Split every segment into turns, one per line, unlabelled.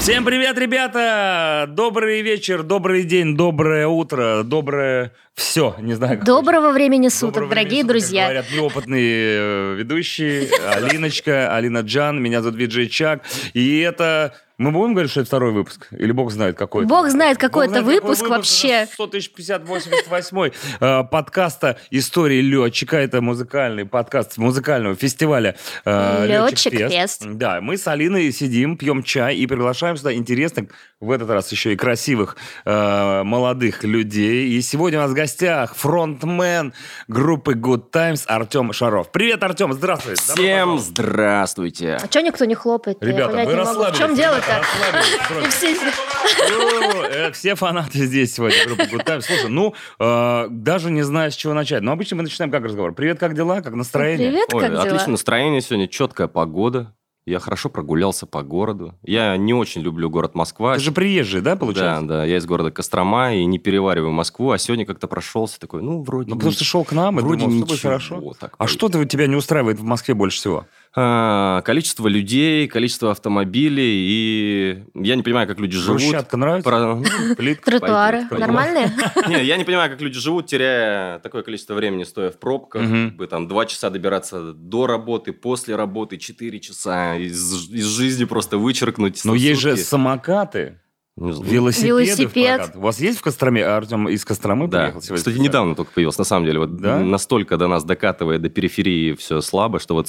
Всем привет, ребята! Добрый вечер, добрый день, доброе утро, доброе все, не знаю. как
Доброго времени
еще.
суток,
Доброго времени
дорогие
суток,
друзья.
Как говорят неопытные э, ведущие. Алиночка, Алина Джан, меня зовут Виджей Чак. И это... Мы будем говорить, что это второй выпуск? Или бог знает какой?
Бог знает, какой это
какой
выпуск вообще.
это 100 58 э, подкаста «Истории летчика». Это музыкальный подкаст музыкального фестиваля э,
«Лётчик
«Лётчик
Фест».
Да, мы с Алиной сидим, пьем чай и приглашаем сюда интересных, в этот раз еще и красивых э, молодых людей. И сегодня у нас в гостях фронтмен группы Good Times Артем Шаров. Привет, Артем, здравствуй. Добро
Всем
пожаловать.
здравствуйте.
А чё никто не хлопает? Я
Ребята,
понять
вы
не могу.
расслабились.
В чем дело-то?
ребята, расслабились.
И все здесь.
Ну, э, Все фанаты здесь сегодня группы Good Times. Слушай, ну, э, даже не знаю, с чего начать. Но обычно мы начинаем как разговор? Привет, как дела? Как настроение?
Привет,
Ой,
как
отличное
дела?
настроение сегодня, четкая погода. Я хорошо прогулялся по городу. Я не очень люблю город Москва.
Ты же приезжий, да, получается?
Да, да, я из города Кострома и не перевариваю Москву, а сегодня как-то прошелся такой, ну, вроде
Ну, потому
ни-
что шел к нам, и
вроде
думал, что
ничего,
будет хорошо.
так
А
пойдет.
что ты- тебя не устраивает в Москве больше всего?
А, количество людей, количество автомобилей, и я не понимаю, как люди живут.
Брусчатка нравится?
Про- ну,
Плитка?
Тротуары
Пойдёт, пойдёт.
нормальные?
Не, я не понимаю, как люди живут, теряя такое количество времени, стоя в пробках,
Мгм.
как бы там два часа добираться до работы, после работы четыре часа, из, из жизни просто вычеркнуть.
Но есть же
сутки.
самокаты,
Ну,
велосипеды.
Велосипед.
в прокат. У вас есть в Костроме? А Артем из Костромы
Да.
приехал сегодня?
Кстати, недавно только появился, на самом деле. Вот
Да?
настолько до нас докатывает до периферии все слабо, что вот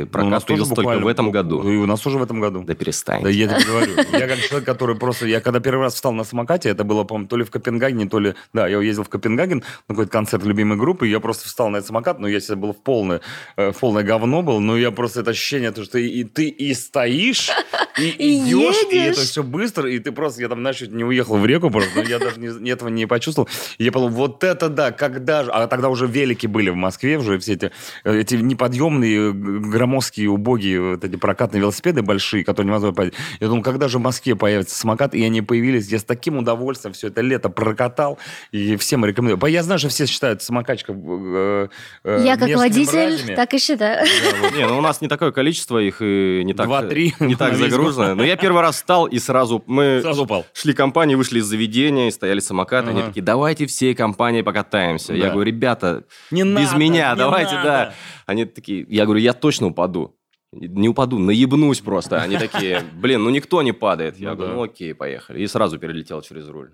Ну, у нас
прокат
тоже
появился только
буквально- Ну,
в этом году.
И у нас уже в этом году.
Да перестань.
Да я тебе говорю. Я как человек, который просто... Я когда первый раз встал на самокате, это было, по-моему, то ли в Копенгагене, то ли... Да, я уездил в Копенгаген на какой-то концерт любимой группы, и я просто встал на этот самокат, но я себя был в полное, э, в полное говно был, но я просто... Это ощущение, то, что и, и ты и стоишь, и,
И
идешь, и
едешь.
это все быстро, и ты просто... Я там, знаешь, чуть не уехал в реку просто, но я даже не- не- этого не почувствовал. И я подумал, вот это да, когда же... А тогда уже велики были в Москве, уже все эти, э, эти неподъемные, э, г- громоздкие, убогие вот эти прокатные велосипеды большие, которые невозможно поехать. Я думал, когда же в Москве появится самокат, и они появились. Я с таким удовольствием все это лето прокатал, и всем рекомендую. По- Я знаю, что все считают самокачка э, э,
Я как
мерзкими
водитель
мразями.
так и считаю.
Не, ну у нас не такое количество их и не так,
Два-три
не
на
так
весь год.
загружено. Но я первый раз встал и сразу мы
Сразу упал.
шли компании, вышли из заведения, и стояли самокаты, они
Ага.
такие: давайте всей компанией покатаемся. Я
Да.
говорю, ребята,
Не
без
надо,
меня,
не
давайте,
надо.
да. Они такие, я говорю, я точно упаду. Не упаду, наебнусь просто. Они такие, блин, ну никто не падает. Я
Ну
говорю,
да.
ну окей, поехали. И сразу перелетел через руль.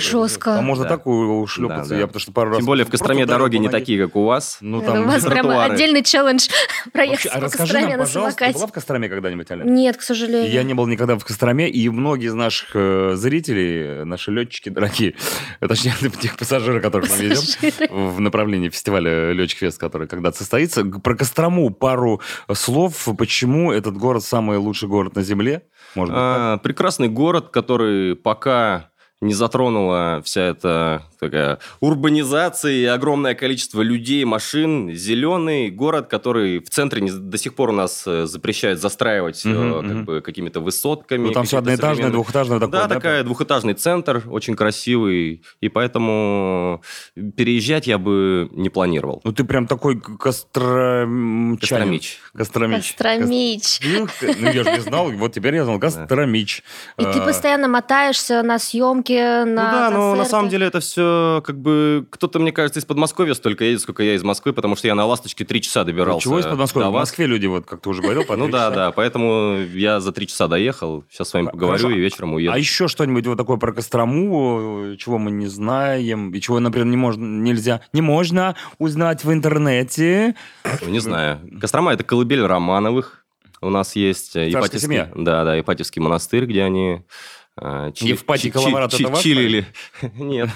Жестко.
Э, А можно
Да.
так у- ушлепаться,
Да, да.
я потому что пару раз...
Тем более в
просто
Костроме
ударил
дороги
по
не
ноге.
такие, как у вас.
Ну,
Это У
там...
вас
без-
прямо
тротуары.
отдельный челлендж
Вообще,
проехать
а
по
расскажи
Костроме
нам,
на
пожалуйста, ты
самокате.
была в Костроме когда-нибудь, Аля?
Нет, к сожалению.
Я не был никогда в Костроме, и многие из наших э, зрителей, э, наши летчики дорогие, э, точнее, тех пассажиров, которых мы везем,
Пассажиры.
в направлении фестиваля «Летчик Фест», который когда-то состоится. Г- Про Кострому пару слов. Почему этот город самый лучший город на Земле? Может быть, так?
А, прекрасный город, который пока не затронула вся эта такая урбанизация и огромное количество людей, машин. Зеленый город, который в центре не- до сих пор у нас э, запрещают застраивать э,
Мгм,
как
мгм.
бы какими-то высотками.
Ну, там все
какими-то
одноэтажное,
современными-
двухэтажное такое.
да, такая двухэтажный центр, очень красивый, и поэтому переезжать я бы не планировал.
Ну, ты прям такой к- костромичанин.
Костромич.
Костромич.
Костромич.
Кос- Ну, я же не знал, вот теперь я знал. Костромич.
И ты
А,
постоянно мотаешься на съемки, на
ну да, но на
концерты.
самом деле это все как бы кто-то, мне кажется, из Подмосковья столько едет, сколько я из Москвы, потому что я на ласточке три часа добирался.
Ну, Чего из Подмосковья?
до
В
вас.
Москве люди, вот как ты уже говорил, по
Ну
три
да,
часа.
да, поэтому я за три часа доехал, сейчас с вами
Хорошо.
поговорю и вечером уеду.
А еще что-нибудь вот такое про Кострому, э, чего мы не знаем, и чего, например, не можно, нельзя, не можно узнать в интернете.
Ну, Не знаю. Кострома – это колыбель Романовых. У нас есть э,
Царская
Ипатьевский,
семья.
да, да, Ипатьевский монастырь, где они э, чи-
Евпатий
чи-
Коловрат
чи-
это ваш
чилили. Нет,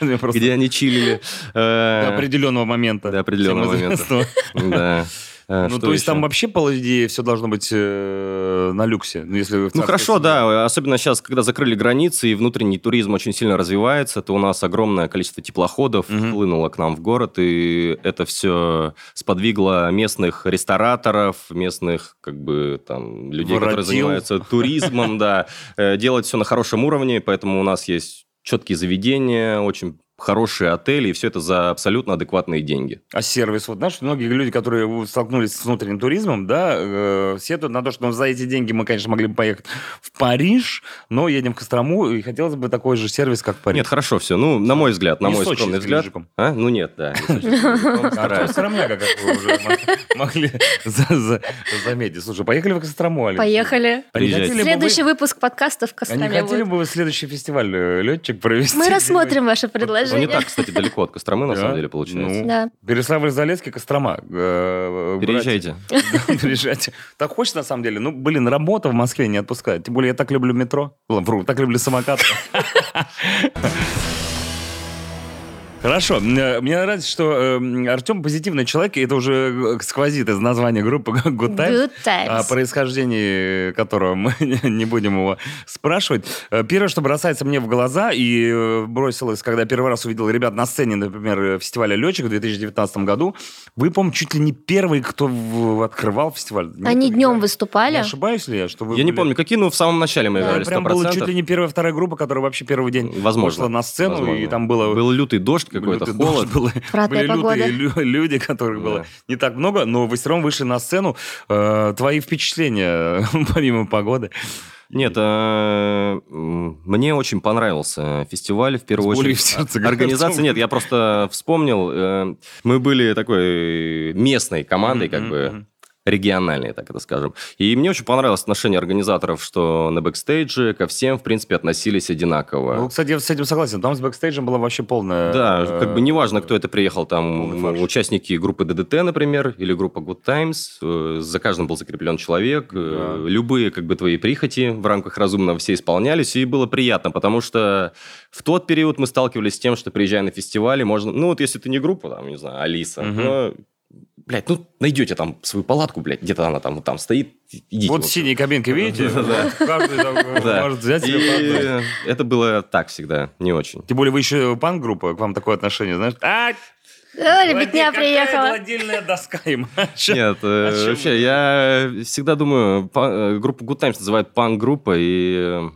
Я просто
где они чилили. Э,
До определенного момента.
До определенного
Всем
момента.
известного.
Да. Э,
Ну,
что
то есть
еще?
там вообще, по идее, все должно быть э, на люксе. Ну, если в
Ну
царской
хорошо,
семье.
да. Особенно сейчас, когда закрыли границы и внутренний туризм очень сильно развивается, то у нас огромное количество теплоходов
Мгм.
хлынуло к нам в город, и это все сподвигло местных рестораторов, местных как бы там людей, которые
Воротил.
занимаются туризмом, да, э, делать все на хорошем уровне, поэтому у нас есть четкие заведения, очень хорошие отели, и все это за абсолютно адекватные деньги.
А сервис, вот знаешь, многие люди, которые столкнулись с внутренним туризмом, да, э, сетуют на то, что ну, за эти деньги мы, конечно, могли бы поехать в Париж, но едем в Кострому, и хотелось бы такой же сервис, как в Париж.
Нет, хорошо, все. Ну, на мой взгляд, на
И
мой
Сочи
скромный
с
взгляд.
Геленджиком.
А? Ну нет, да. не Сочи с Геленджиком,
А то
стараюсь.
Костромляга, как вы уже мо- могли за- за- заметить. Слушай, поехали в Кострому, Алекс?
Поехали.
А не
Приезжайте.
хотели бы
Следующий
вы-
выпуск подкаста в
а не
Костроме
хотели
будет.
бы вы следующий фестиваль э, летчик провести?
Мы рассмотрим ваше
Ну, не
предложение.
так, кстати, далеко от Костромы, на
Да?
самом деле, получается.
Ну,
Да.
Переславль-Залесский, Кострома. Э,
Переезжайте.
братья. Переезжайте. Так хочется, на самом деле. Ну, блин, работа в Москве не отпускает. Тем более, я так люблю метро. Ладно, вру, так люблю самокат. Хорошо. Э, Мне нравится, что Артем позитивный человек, и это уже э, сквозит из названия группы Good Times.
Good
О
times.
происхождении э, которого мы не будем его спрашивать. Э, Первое, что бросается мне в глаза и э, бросилось, когда я первый раз увидел ребят на сцене, например, э, фестиваля «Летчик» в 2019 году, вы, по-моему, чуть ли не первый, кто в- открывал фестиваль. Нет,
Они
или
днем
я- Не
выступали.
ошибаюсь ли я? Что вы
Я не
были-
помню, какие, но в самом начале мы
Да,
играли
Это прям было
100%.
чуть ли не первая, вторая группа, которая вообще первый день
Возможно.
вышла на сцену, и
Возможно.
там было...
Был лютый дождь какой-то,
лютый
холод.
дождь, было-
Вратная
были
погода.
лютые лю- люди, которых
Да.
было не так много, но вы все равно вышли на сцену. Э, Твои впечатления, помимо погоды?
Нет, э, м, мне очень понравился фестиваль, в первую
С болью
очередь.
в сердце,
А- Организация,
говорю.
нет, я просто вспомнил, э, мы были такой местной командой, а как
Мгм,
бы
мгм.
региональной, так это скажем. И мне очень понравилось отношение организаторов, что на бэкстейдже ко всем, в принципе, относились одинаково.
Ну, кстати, я с этим согласен. Там с бэкстейджем была вообще полная...
Да,
э,
как бы неважно, кто это приехал,
полный
там
фарш.
м, участники группы ДДТ, например, или группа Good Times, э, за каждым был закреплен человек, э,
Да.
любые как бы твои прихоти в рамках разумного все исполнялись, и было приятно, потому что в тот период мы сталкивались с тем, что приезжая на фестивали, можно, ну вот если ты не группа, там, не знаю, Алиса,
Мгм.
ну, блядь, ну найдете там свою палатку, блядь, где-то она там, вот там стоит, идите.
Вот
вот.
синие кабинки, видите? Каждый там э,
Да.
может взять себе по одной.
И это было так всегда, не очень.
Тем более вы еще панк-группа, к вам такое отношение, знаешь? А,
О,
Влади-
ребятня
какая
Э, приехала.
гладильная доска им. Щас.
Нет, э,
о чём
вообще, я всегда думаю, па- э, группу Good Times называют панк-группа, и э,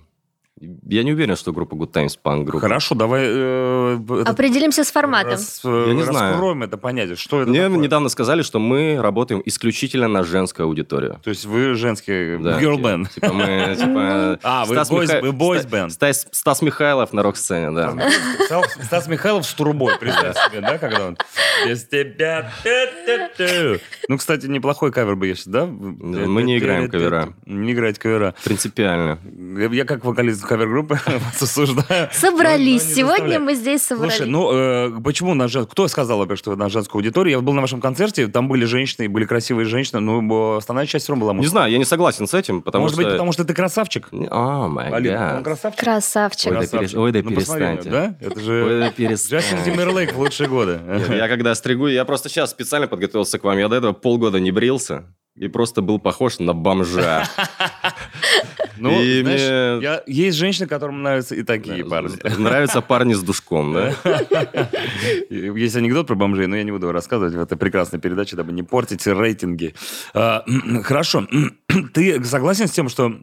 я не уверен, что группа Good Times панк-группа.
Хорошо, давай... э,
А
этот
Определимся с форматом.
Раз, э,
Я не знаю.
раскроем это понятие. Что это
Мне
такое?
недавно сказали, что мы работаем исключительно на женскую аудиторию.
То есть вы женский
Да,
girl
ти-
band.
Типа мы, типа...
А, вы
Стас
boys-
Миха-
вы boys
Ста-
band.
Стас, Стас Михайлов на рок-сцене, да.
Стас- Стас Михайлов с трубой, представь себе, да, когда он без тебя. тю-тю-тю». Ну, кстати, неплохой кавер бы есть, да?
Мы не играем кавера.
Не играть кавера.
Принципиально.
Я я как вокалист кавер-группы вас осуждаю. Но-
Собрались.
но Ну, не
Сегодня
заставляю.
мы здесь
Слушай,
собрались.
ну э, почему на жен- Кто сказал вообще, что на женскую аудиторию? Я был на вашем концерте, там были женщины, и были красивые женщины, но основная часть все равно была
Не
мужская.
знаю, я не согласен с этим, потому
Может
что...
быть, потому что ты красавчик?
О, май
Алина, он
гад.
красавчик?
Красавчик.
Ой, да
Красавчик.
перес- ой, да
Ну, посмотри,
перестаньте.
Да? Это
Ой,
же
да перестань.
э, Джастин Тимберлейк в лучшие годы.
Нет, Я когда стригу, я просто сейчас специально подготовился к вам. Я до этого полгода не брился и просто был похож на бомжа.
Ну,
И
знаешь,
мне-
я- есть женщины, которым нравятся и такие парни.
Нравятся парни с душком, да?
Есть анекдот про бомжей, но я не буду его рассказывать в этой прекрасной передаче, дабы не портить рейтинги. А, Хорошо. Ты согласен с тем, что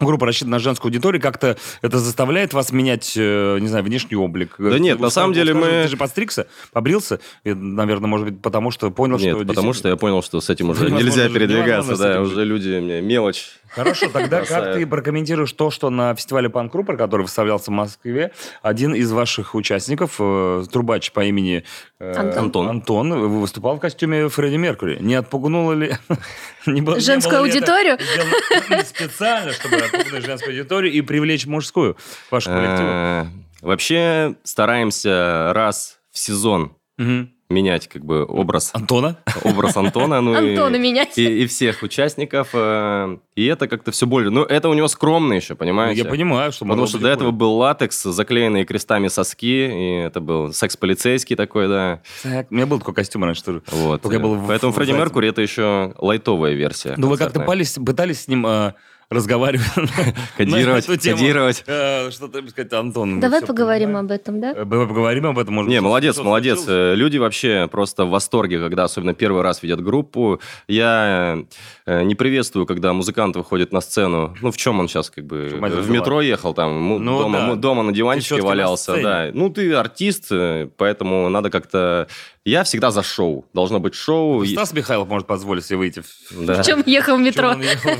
группа рассчитана на женскую аудиторию, как-то это заставляет вас менять, э, не знаю, внешний облик?
Да нет, на самом деле
скажем,
мы-
Ты же подстригся, побрился, и, наверное, может быть, потому что понял, что...
Нет, потому
действительно-
что я понял, что с этим уже
Возможно,
нельзя
уже невозможно
передвигаться,
с
да,
этим
уже люди мне мелочь.
Хорошо, тогда как
Бросаю.
ты прокомментируешь то, что на фестивале Панк Рупор, который выставлялся в Москве, один из ваших участников, э, трубач по имени э,
Антон.
Антон.
Антон, выступал в костюме Фредди Меркури. Не отпугнуло ли... не было- не
Женскую
было ли это
аудиторию?
сделано Специально, чтобы отпугнуть женскую аудиторию и привлечь мужскую вашу коллективу.
Э, Вообще стараемся раз в сезон
Мгм.
менять как бы образ,
Антона?
образ Антона. ну и-
Антона менять.
и, и всех участников. э, И это как-то все более... Ну, это у него скромно еще, понимаете?
Ну, Я понимаю, что... могло
Потому что
быть
до
и
этого
хуже.
был латекс, заклеенные крестами соски, и это был секс-полицейский такой, да.
Так, У меня был такой костюм раньше тоже.
Вот.
Только я был в-
Поэтому
в
Фредди
зайце.
Меркури это еще лайтовая версия.
Ну, вы как-то
концертная.
пались- пытались с ним э, разговариваем.
Кодировать,
На эту тему.
кодировать.
Э, Что ты сказать, Антон? мы
Давай
ну, всё
поговорим
понимаем.
об этом, да?
Э, Давай поговорим об этом. может
Не,
быть,
молодец,
что
молодец.
случилось?
Э, Люди вообще просто в восторге, когда особенно первый раз видят группу. Я э, не приветствую, когда музыкант выходит на сцену. Ну, в чем он сейчас, как бы,
Чем
э,
это
в
была?
метро ехал, там, му-
Ну,
дома,
да.
му- дома на диванчике
всё-таки на
валялся,
сцене.
да. Ну, ты артист, э, поэтому надо как-то... Я всегда за шоу. Должно быть шоу. э, И-
Стас Михайлов может позволить себе выйти в
Да.
В чем ехал в метро?
Чё он ехал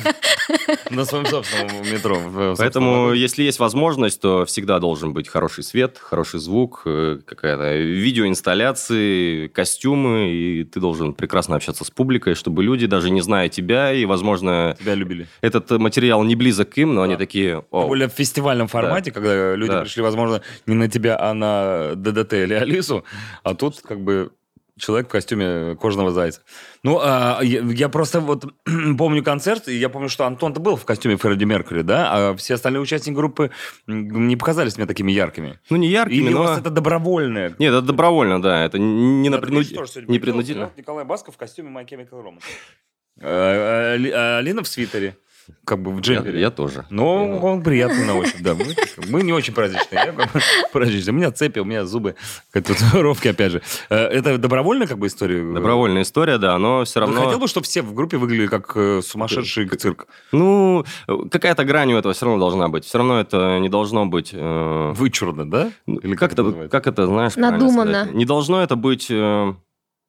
На своем собственном метро. в- в собственном
Поэтому,
вагоне.
если есть возможность, то всегда должен быть хороший свет, хороший звук, э, какая-то видеоинсталляции, костюмы, и ты должен прекрасно общаться с публикой, чтобы люди, даже не зная тебя, и, возможно,
тебя любили.
этот материал не близок к им, но они
Да.
такие,
Тем
о,
более в фестивальном формате, когда люди
Да.
пришли, возможно, не на тебя, а на ДДТ или Алису, а тут как бы человек в костюме кожаного зайца. Ну, а, я, я просто вот помню концерт, и я помню, что Антон-то был в костюме Фредди Меркьюри, да, а все остальные участники группы м, не показались мне такими яркими.
ну не яркими,
Или у вас
но...
это добровольное?
Нет, это добровольно, да, это не,
Да,
на
ты
принуд-
видишь, тоже сегодня
не ну,
видел,
принудительно.
сидел Николай Басков в костюме My Chemical Romance. Э, э, Али- а Алина в свитере, как бы в
Я,
джемпере.
я тоже.
Ну,
Я-
он приятный на ощупь, да. Мы, мы не очень праздничные. Я как бы праздничный. У меня цепи, у меня зубы, как татуировки, опять же. Э, Это добровольная как бы история?
Добровольная история, да, но все
Ты
равно...
Э, ну, хотел бы, чтобы все в группе выглядели как э, сумасшедший цирк?
Ну, э, какая-то грань у этого все равно должна быть. Все равно это не должно быть... э,
Вычурно, да?
Ну,
Или
как,
как это
это,
называется?
как это, знаешь, правильно
Надуманно.
сказать? Не должно это быть... э,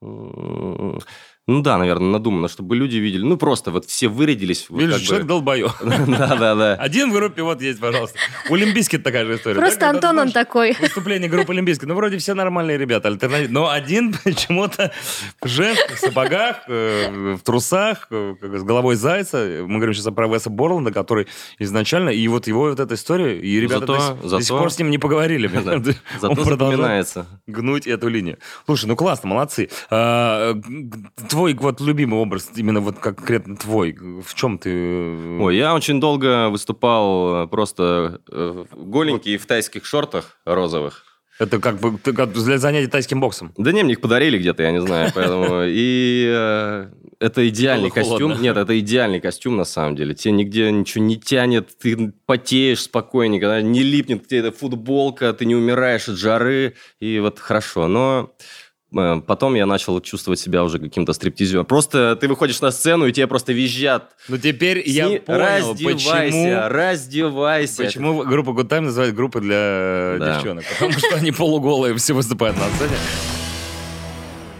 м, ну да, наверное, надуманно, чтобы люди видели. Ну просто вот все вырядились. вот
Видишь,
как
человек
бы.
долбоёб.
Да-да-да.
Один в группе, вот есть, пожалуйста. У Олимпийский такая же история. да,
Просто
когда ты
Антон, он
знаешь,
такой.
Выступление группы Олимпийский. Ну, вроде все нормальные ребята, альтернатив. Но один почему-то в женских сапогах, э, в трусах, э, как бы с головой зайца. Мы говорим сейчас про Веса Борланда, который изначально... И вот его вот эта история, и ребята
Зато-
до, сих- до
зато-
сих пор с ним не поговорили.
Да.
Он
Зато
продолжает
запоминается.
гнуть эту линию. Слушай, ну классно, молодцы. А, г- твой вот любимый образ, именно вот конкретно твой, в чем ты... э,
Ой, я очень долго выступал э, просто э, голенький в тайских шортах розовых.
Это как бы ты как для занятий тайским боксом.
Да не, мне их подарили где-то, я не знаю, поэтому... И э, это идеальный
Было холодно.
костюм. Нет, это идеальный костюм, на самом деле. Тебе нигде ничего не тянет, ты потеешь спокойненько, она не липнет к тебе эта футболка, ты не умираешь от жары, и вот хорошо. Но э, потом я начал чувствовать себя уже каким-то стриптизером. Просто ты выходишь на сцену, и тебе просто визжат.
Ну теперь я
«Сни-
понял, почему
раздевайся, раздевайся.
Почему группа Good Time называют группой для э,
Да.
девчонок? Потому что они полуголые все выступают на сцене.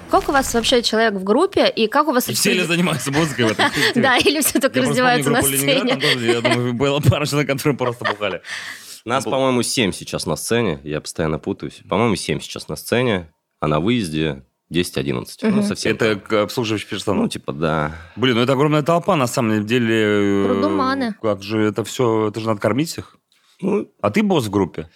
Сколько у вас вообще человек в группе, и как у вас...
И все ли
обсужд-
занимаются музыкой в этом коллективе?
Да, или все только
Я просто
раздеваются
помню
на
группу «Ленинград»,
сцене.
там тоже, Я думаю, было пару человек, которые просто бухали.
Нас, по-моему, семь сейчас на сцене. Я постоянно путаюсь. По-моему, семь сейчас на сцене, а на выезде 10-11. Ну,
Мгм.
совсем.
Это к- обслуживающий персонал.
Ну, типа, да.
Блин, ну это огромная толпа, на самом деле. э,
Продуманы.
Как же это все, это же надо кормить их.
Ну,
А ты босс в группе.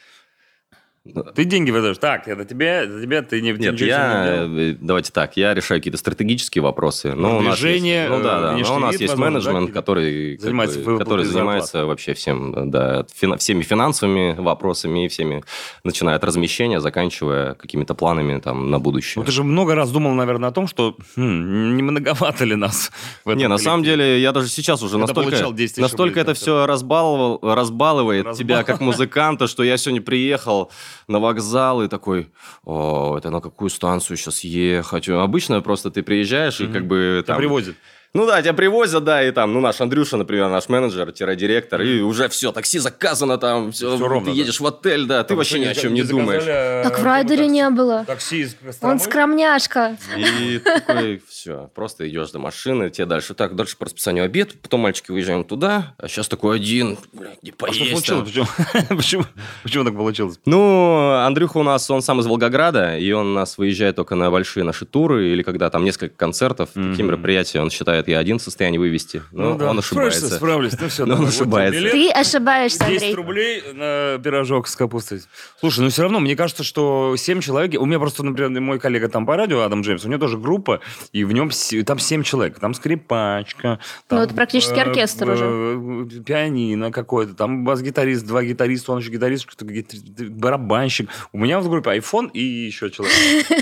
Да.
Ты деньги выдаешь. Так, это тебе, это тебе, ты не
нет,
ничего не
я...
делал.
э, Давайте так, я решаю какие-то стратегические вопросы. Но
Продвижение,
у нас есть, ну, да,
э,
да, но
внешний
у нас
вид,
есть
возможно, да,
менеджмент,
какие-то?
который, как
Занимается
бы,
выплатой
который
зарплат.
занимается вообще всем, да, фин- всеми финансовыми вопросами и всеми, начиная от размещения, заканчивая какими-то планами там на будущее.
Ну, ты же много раз думал, наверное, о том, что хм, не многовато ли нас в этом
Не, на самом
коллективе.
деле, я даже сейчас уже
Когда
настолько,
получал 10 тысяч
настолько
рублей,
это
да,
все разбалывал, разбалывает
Разбал-
тебя как музыканта, что я сегодня приехал на вокзал и такой, о, это на какую станцию сейчас ехать? Обычно просто ты приезжаешь и
Мгм.
как бы
Тебя
там...
привозят.
Ну да, тебя привозят, да, и там, ну наш Андрюша, например, наш менеджер-директор, и уже все, такси заказано там, все,
Всё ровно,
ты
да.
едешь в отель, да, ты вообще ни о чем не думаешь.
э,
Так в райдере не было.
Такси из
Он скромняшка.
И такой, все, просто идешь до машины, тебе дальше, так, дальше по расписанию обед, потом мальчики выезжаем туда, а сейчас такой один, бля, не
А что
поесть там.
случилось? Почему? Почему? Почему так получилось?
Ну, Андрюха у нас, он сам из Волгограда, и он у нас выезжает только на большие наши туры, или когда там несколько концертов, такие
Мгм.
мероприятия, он считает, я один в состоянии вывести, но Ну, он
Справишься,
ошибается.
Ну Справлюсь, ну все.
Но он ошибается.
Ты ошибаешься,
10
Андрей.
рублей на пирожок с капустой. Слушай, ну все равно, мне кажется, что 7 человек... У меня просто, например, мой коллега там по радио, Адам Джеймс, у него тоже группа, и в нем се- там 7 человек. Там скрипачка.
Ну,
там,
это практически
э,
оркестр уже.
э, Пианино какое-то, там бас-гитарист, два гитариста, он еще гитарист, кто-то гит- барабанщик. У меня вот в группе iPhone и еще человек.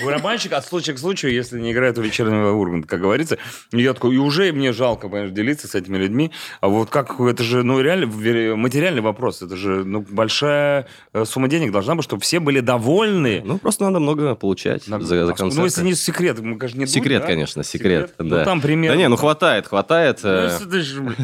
Барабанщик от случая к случаю, если не играет у вечернего Урганта, как говорится. И я такой, и уже мне жалко, понимаешь, делиться с этими людьми. А вот как, это же, ну, реально, ве- материальный вопрос. Это же, ну, большая э, сумма денег должна быть, чтобы все были довольны.
Ну, просто надо много получать
На-
за, за
а что-
концерты.
ну, если не секрет, мы, конечно, не Дудь,
секрет,
да?
конечно, секрет. Да.
Ну, там примерно.
да не, ну хватает, хватает.
Ну,
э,
если ты ж, блин,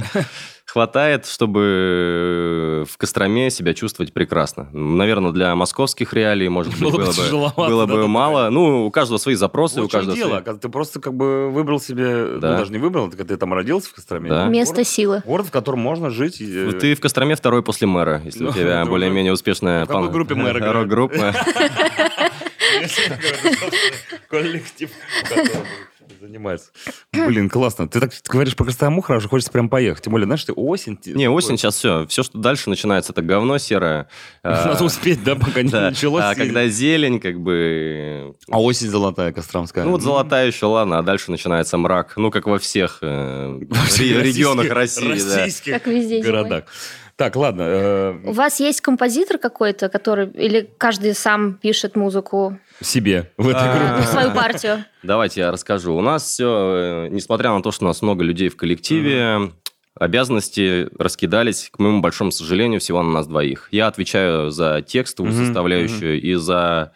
Хватает, чтобы э, в Костроме себя чувствовать прекрасно. Наверное, для московских реалий, может быть,
Было бы
было бы,
тяжеловато,
было
да,
бы
да,
мало. Ну, у каждого свои запросы,
Вот
у
в чем
каждого
дело.
свои-
Когда ты просто как бы выбрал себе,
Да.
ну, даже не выбрал, ты когда ты там родился в Костроме.
Да.
город-
Место силы.
Город, в котором можно жить. и, э,
Ну, Ты в Костроме второй после мэра, если у
Ну,
тебя
это уже-
более-менее успешная...
В какой
пан-
группе мэра играет?
Рок-группа.
коллектив, который занимается. Блин, классно. Ты так говоришь про Костромуху, хорошо, хочется прям поехать. Тем более, знаешь, ты осень. ти-
Не,
такой.
осень сейчас все. Все, что дальше начинается, это говно серое. А,
Надо успеть, да, пока не
да.
началось.
А
и-
когда зелень, как бы...
А осень золотая, Костромская.
Ну вот золотая еще, ладно, а дальше начинается мрак. Ну, как во всех э, ре-
Российских-
регионах России, да.
российских
Как везде зимой.
городах. Так, ладно.
У
э,
вас есть композитор какой-то, который... Или каждый сам пишет музыку,
Себе в этой
А.
группе.
свою партию?
Давайте я расскажу. У нас все, несмотря на то, что у нас много людей в коллективе, обязанности раскидались, к моему большому сожалению, всего на нас двоих. Я отвечаю за текстовую
Мгм,
составляющую и за,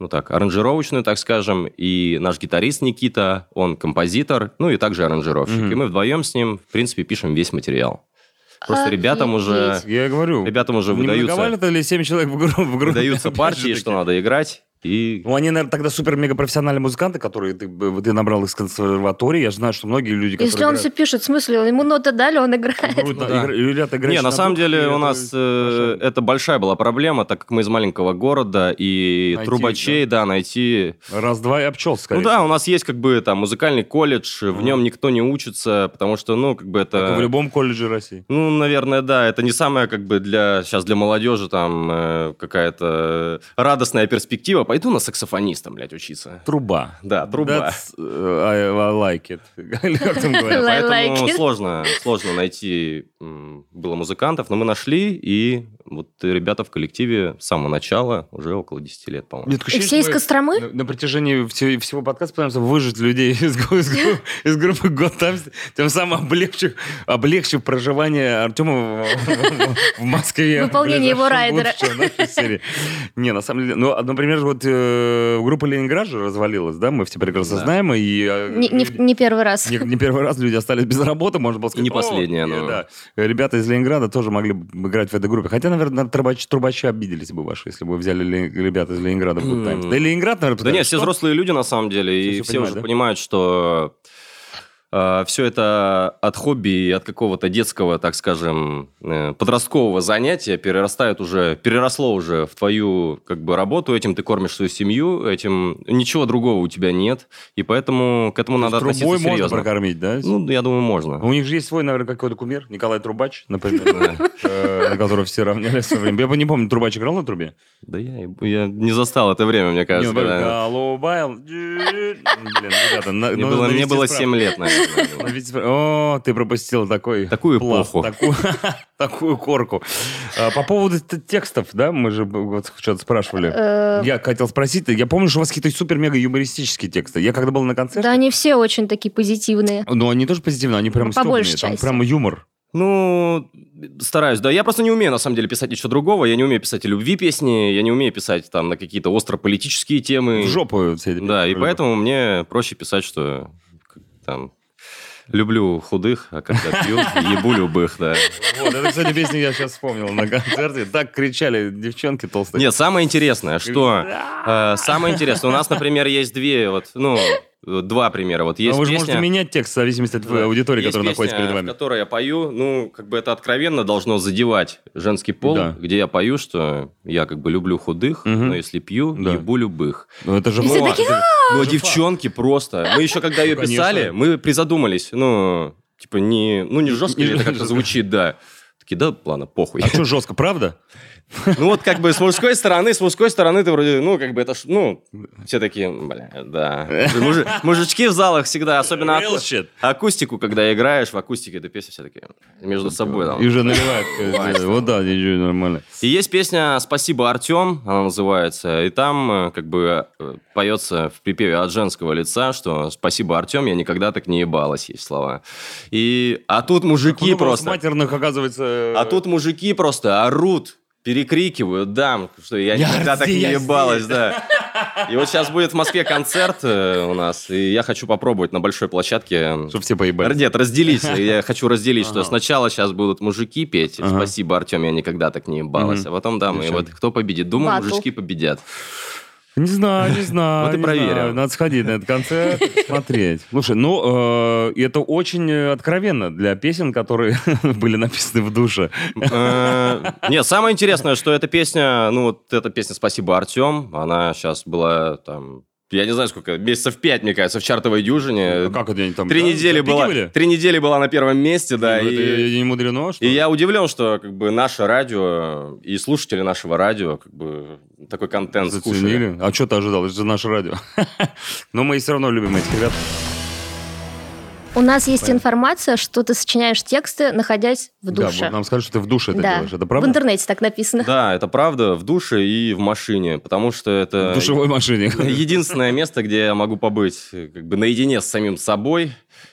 ну так, аранжировочную, так скажем. И наш гитарист Никита, он композитор, ну и также аранжировщик.
Мгм.
И мы вдвоем с ним, в принципе, пишем весь материал.
А,
Просто ребятам уже,
Офигеть.
Я говорю.
ребятам уже
Ну, не
выдаются,
многовато ли 7 человек в гру- в группе?
выдаются
Опять
партии,
же
что
таки.
надо играть. И
Ну, они, наверное, тогда супер-мега-профессиональные музыканты, которые ты, б- ты набрал из консерватории. Я знаю, что многие люди, которые...
Если он все пишет, в смысле, ему ноты дали, он играет.
играют,
Ну
круто,
да.
игра- ребята играют
Не, на
щитовод,
самом
и
деле у
это
нас э,
хорошо.
это большая была проблема, так как мы из маленького города, и
Найти,
трубачей, да, найти...
Раз-два и обчел, скорее.
Ну да, у нас есть как бы там музыкальный колледж, в
Мгм.
нем никто не учится, потому что, ну, как бы это...
Как и в любом колледже России.
Ну, наверное, да, это не самая как бы для... Сейчас для молодежи там э, какая-то радостная перспектива. Пойду на саксофониста, блядь, учиться.
Труба.
Да, труба.
That's, э, I, I like it. Или как там говорят?
I like
Поэтому
it.
сложно, сложно найти м, было музыкантов, но мы нашли, и вот ребята в коллективе с самого начала, уже около 10 лет,
У меня
по-моему.
такое
И
ощущение,
все из
что мы
Костромы?
На, на протяжении всего, всего подкаста пытаемся выжить людей из, гру- из гру- из группы Год тем самым облегчив, облегчив проживание Артема в, в- в Москве.
Выполнение
в ближайшем
его райдера.
будущем, в нашей серии. Не, на самом деле, ну, а, например, вот э, группа Ленинград же развалилась, да, мы все прекрасно
Да.
знаем, и... э,
Не, не в- не первый раз. Э,
не, не первый раз люди остались без работы, можно было сказать.
Не
«О,
последняя,
э,
но-
да. Ребята из Ленинграда тоже могли бы играть в этой группе. Хотя, наверное, трубачи, трубачи обиделись бы ваши, если бы вы взяли ле- ребят из Ленинграда в Good Times.
М.
Да и Ленинград, наверное,
Да
потому
нет,
что-
все взрослые люди, на самом деле,
Все всё
и все
понимают,
уже
да?
понимают, что все это от хобби и от какого-то детского, так скажем, э, подросткового занятия перерастает уже, переросло уже в твою как бы работу, этим ты кормишь свою семью, этим ничего другого у тебя нет, и поэтому к этому
То есть
надо относиться
трубой можно
серьезно.
прокормить, да?
Ну, я думаю, можно.
У них же есть свой, наверное, какой-то кумир, Николай Трубач, например, э, на которого все равнялись в своё время. Я бы не помню, Трубач играл на трубе?
Да я, и- я не застал это время, мне
Не,
кажется.
он такой,
да.
«Голубая». Блин, ребята, на-
Мне
ну,
было, мне
навести
было
справ-
7 лет,
Ну,
наверное.
ведь- О, ты пропустил такой
Такую
пласт,
эпоху.
Такую, такую корку. А, По поводу т- текстов, да, мы же б- вот что-то спрашивали.
Э,
Я хотел спросить, я помню, что у вас какие-то супер-мега юмористические тексты. Я когда был на
Да,
концерте, ну,
они все очень такие позитивные.
но они тоже позитивные, они прям
По большей
стёбные, там
части.
прям юмор.
Ну, стараюсь, да. Я просто не умею, на самом деле, писать ничего другого. Я не умею писать о любви песни, я не умею писать там на какие-то остро-политические темы.
В жопу все эти
Да, и
песни.
поэтому мне проще писать, что как, там... Люблю худых, а когда пью, ебу любых, да.
Вот, это, кстати, песня я сейчас вспомнил на концерте. Так кричали девчонки толстые.
Нет, самое интересное, что...
А
э, Самое интересное, у нас, например, есть две, вот, ну, э, два примера. Вот есть
А вы же
песня-
можете менять текст в зависимости от
Да.
э, аудитории,
Есть
которая
песня,
находится перед
в
вами.
которой я пою, ну, как бы это откровенно должно задевать женский пол,
Да.
где я пою, что я как бы люблю худых,
Мгм.
но если пью,
Да.
ебу любых.
Ну, это же
И все
вот.
такие, «А!»
Но
А, Это же
девчонки просто... Мы еще когда ее
Ну, конечно.
писали, мы призадумались, ну, типа, не, ну, не жестко
Не
ли это
жестко.
как-то звучит, да. Такие, да, ладно, похуй.
А что жестко, правда?
Ну вот как бы с мужской стороны, с мужской стороны ты вроде, ну как бы это, ж, ну, все такие, бля, да. Мужи- мужички в залах всегда, особенно
Real
аку-
shit.
акустику, когда играешь, в акустике эта песня все такие между собой. там.
И уже наливают. э, Вот да, ничего, нормально.
И есть песня «Спасибо, Артем», она называется, и там э, как бы э, поется в припеве от женского лица, что «Спасибо, Артем, я никогда так не ебалась», есть слова. И, а тут мужики
Много у вас
просто...
Ну, матерных, оказывается...
А тут мужики просто орут, перекрикивают, да, что я
Я
никогда так не
здесь, я
ебалась,
здесь.
да. И вот сейчас будет в Москве концерт э, у нас, и я хочу попробовать на большой площадке. э,
Чтобы все поебали.
Нет, разделить. Я хочу разделить, что
Ага.
сначала сейчас будут мужики петь.
Ага.
Спасибо, Артем, я никогда так не ебалась.
Мгм.
А потом, да, мы
Девчонки.
вот кто победит. Думаю,
Батл.
мужички победят.
Не знаю, не знаю.
Вот и
не
проверим.
знаю. Надо сходить на этот концерт, смотреть. Слушай, ну, э, это очень э, откровенно для песен, которые были написаны в душе.
Э, Нет, самое интересное, что эта песня, ну вот эта песня «Спасибо, Артем», она сейчас была там, я не знаю сколько, месяцев пять, мне кажется, в чартовой дюжине.
Ну, А Как это они там?
Э, Три
да,
недели
на пике
была,
были?
три недели была на первом месте, да,
Ну, это
и...
не мудрено, что
И
ли?
я удивлен, что как бы наше радио и слушатели нашего радио как бы такой контент скушали.
Заценили. А что ты ожидал? Это же наше радио. Но мы все равно любим этих ребят.
У нас есть информация, что ты сочиняешь тексты, находясь в
Да,
душе.
вот нам скажут, что ты в душе это
Да.
делаешь. Это
В
правда?
интернете так написано.
Да, это правда в душе и в машине, потому что это
В душевой машине.
единственное место, где я могу побыть э, как бы наедине с самим собой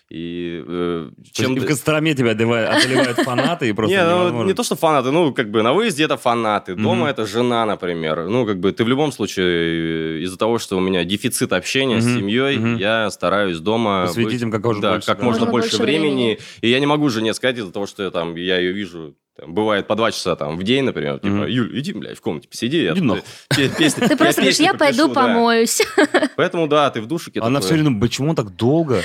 и э,
Чем
чем
в Костроме тебя одевают- одолевают фанаты и просто
не, ну,
невозможно.
не то, что фанаты, ну, как бы на выезде это фанаты,
Мгм.
дома это жена, например. Ну, как бы ты в любом случае, э, из-за того, что у меня дефицит общения с
Мгм,
семьей,
мгм.
я стараюсь дома...
Посвятить
быть-
им как можно
да,
больше,
как
да.
можно
Можно
больше
больше
времени.
времени.
И я не могу жене сказать из-за того, что я там, я ее вижу, там, бывает по два часа там в день, например, типа,
Мгм.
Юль, иди, блядь, в комнате посиди. я
Иди
тут,
нахуй».
э, пе- песни-
Ты просто говоришь,
песни
я пойду
попишу», да.
помоюсь.
Поэтому, да, ты в душике
Она
такой,
все время, думает, почему он так долго?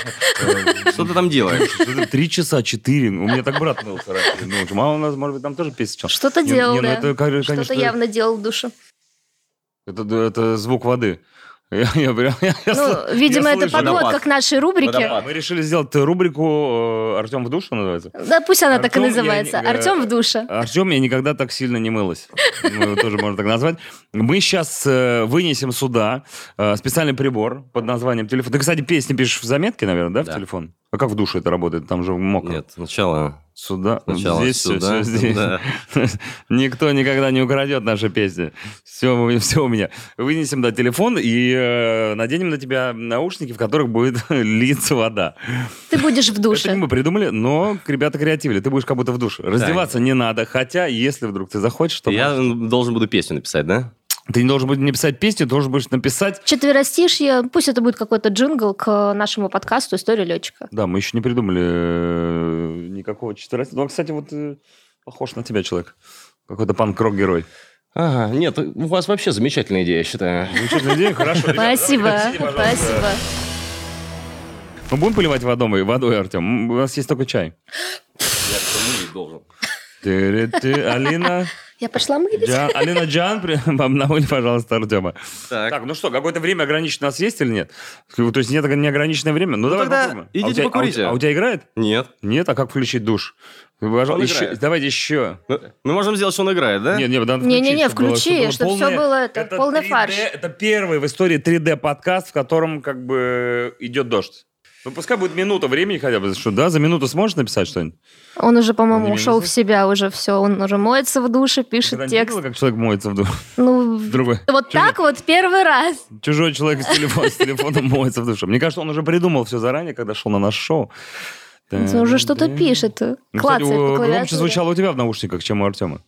Э,
Что ты там делаешь?
что-то Три часа, четыре. «Ну, У меня так брат мылся раньше. Ну, что, мама у нас, может быть, там тоже песня. сейчас.
Что-то
Не,
делал,
не, ну
да.
это, кон-
Что-то
конечно,
явно делал в душе.
Это, это звук воды. Я, я прям- я- я
Ну,
сл-
видимо,
я
это
слышу.
подводка
Водопад.
к нашей рубрике.
Водопад.
Мы решили сделать рубрику «Артем в душе» называется.
Да, пусть она так и
Артём, я
называется.
не- э,
Артем в душе.
Артем, я никогда так сильно не мылась. Ну, Тоже можно так назвать. Мы сейчас вынесем сюда э, специальный прибор под названием телефон. Ты, кстати, песни пишешь в заметке, наверное, да,
Да.
в телефон? А как в душе это работает? Там же мокро.
Нет, сначала...
Сюда,
Сначала
здесь, всё,
сюда,
всё здесь.
да.
Никто никогда не украдет наши песни. Все, все у меня. Вынесем, да, телефон и э, наденем на тебя наушники, в которых будет литься вода.
Ты будешь
Это
в
не
душе.
мы придумали, но ребята креативили. Ты будешь как будто в душе. Раздеваться не надо, хотя, если вдруг ты захочешь, то
Я должен буду песню написать, да?
ты не должен будешь написать песню, ты должен будешь написать...
Четверостишье, пусть это будет какой-то джингл к нашему подкасту «История летчика».
Да, мы еще не придумали э, никакого четверостишия. Ну, а, кстати, вот э, похож на тебя человек. Какой-то панк-рок-герой.
Ага, нет, у вас вообще замечательная идея, я считаю.
Замечательная идея, хорошо. ребята,
Спасибо,
давайте, пожалуйста.
спасибо.
Мы Ну, будем поливать водой, водой, Артем? У нас есть только чай.
Я что мылить должен.
Ты-ры-ты, Алина,
Я пошла мылить.
Джан, Алина Джан, при- вам намыли, пожалуйста, Артема.
Так.
Так, ну что, какое-то время ограничено у нас есть или нет? То есть нет неограниченное время? Ну, давай
тогда
попробуем.
идите
а у тебя, а у
покурите.
тебя- А у, тебя играет?
Нет.
Нет, а как включить душ? Пожалуйста,
Он
еще-
играет.
давайте еще.
Ну, Мы можем сделать, что он играет, да?
Нет, нет, надо
Не-не-не,
включить,
включи, чтобы всё
полное-
было это, полный
3D
фарш.
Это первый в истории 3D подкаст, в котором как бы идет дождь. Ну, пускай будет минута времени хотя бы, что, да? За минуту сможешь написать что-нибудь?
Он уже,
Не
по-моему, ушел в
мылся?
себя уже все. Он уже моется в душе,
Когда
пишет
не
текст.
видела, как человек моется в душе?
Ну,
Другой.
вот
Чё
так вот первый раз.
Чужой человек с, телефон- с телефоном моется в душе. Мне кажется, он уже придумал все заранее, когда шел на наше шоу.
Он уже что-то
Да.
пишет,
Ну, кстати,
клацает по
у- громче
клавиатуре.
звучало у тебя в наушниках, чем у Артема.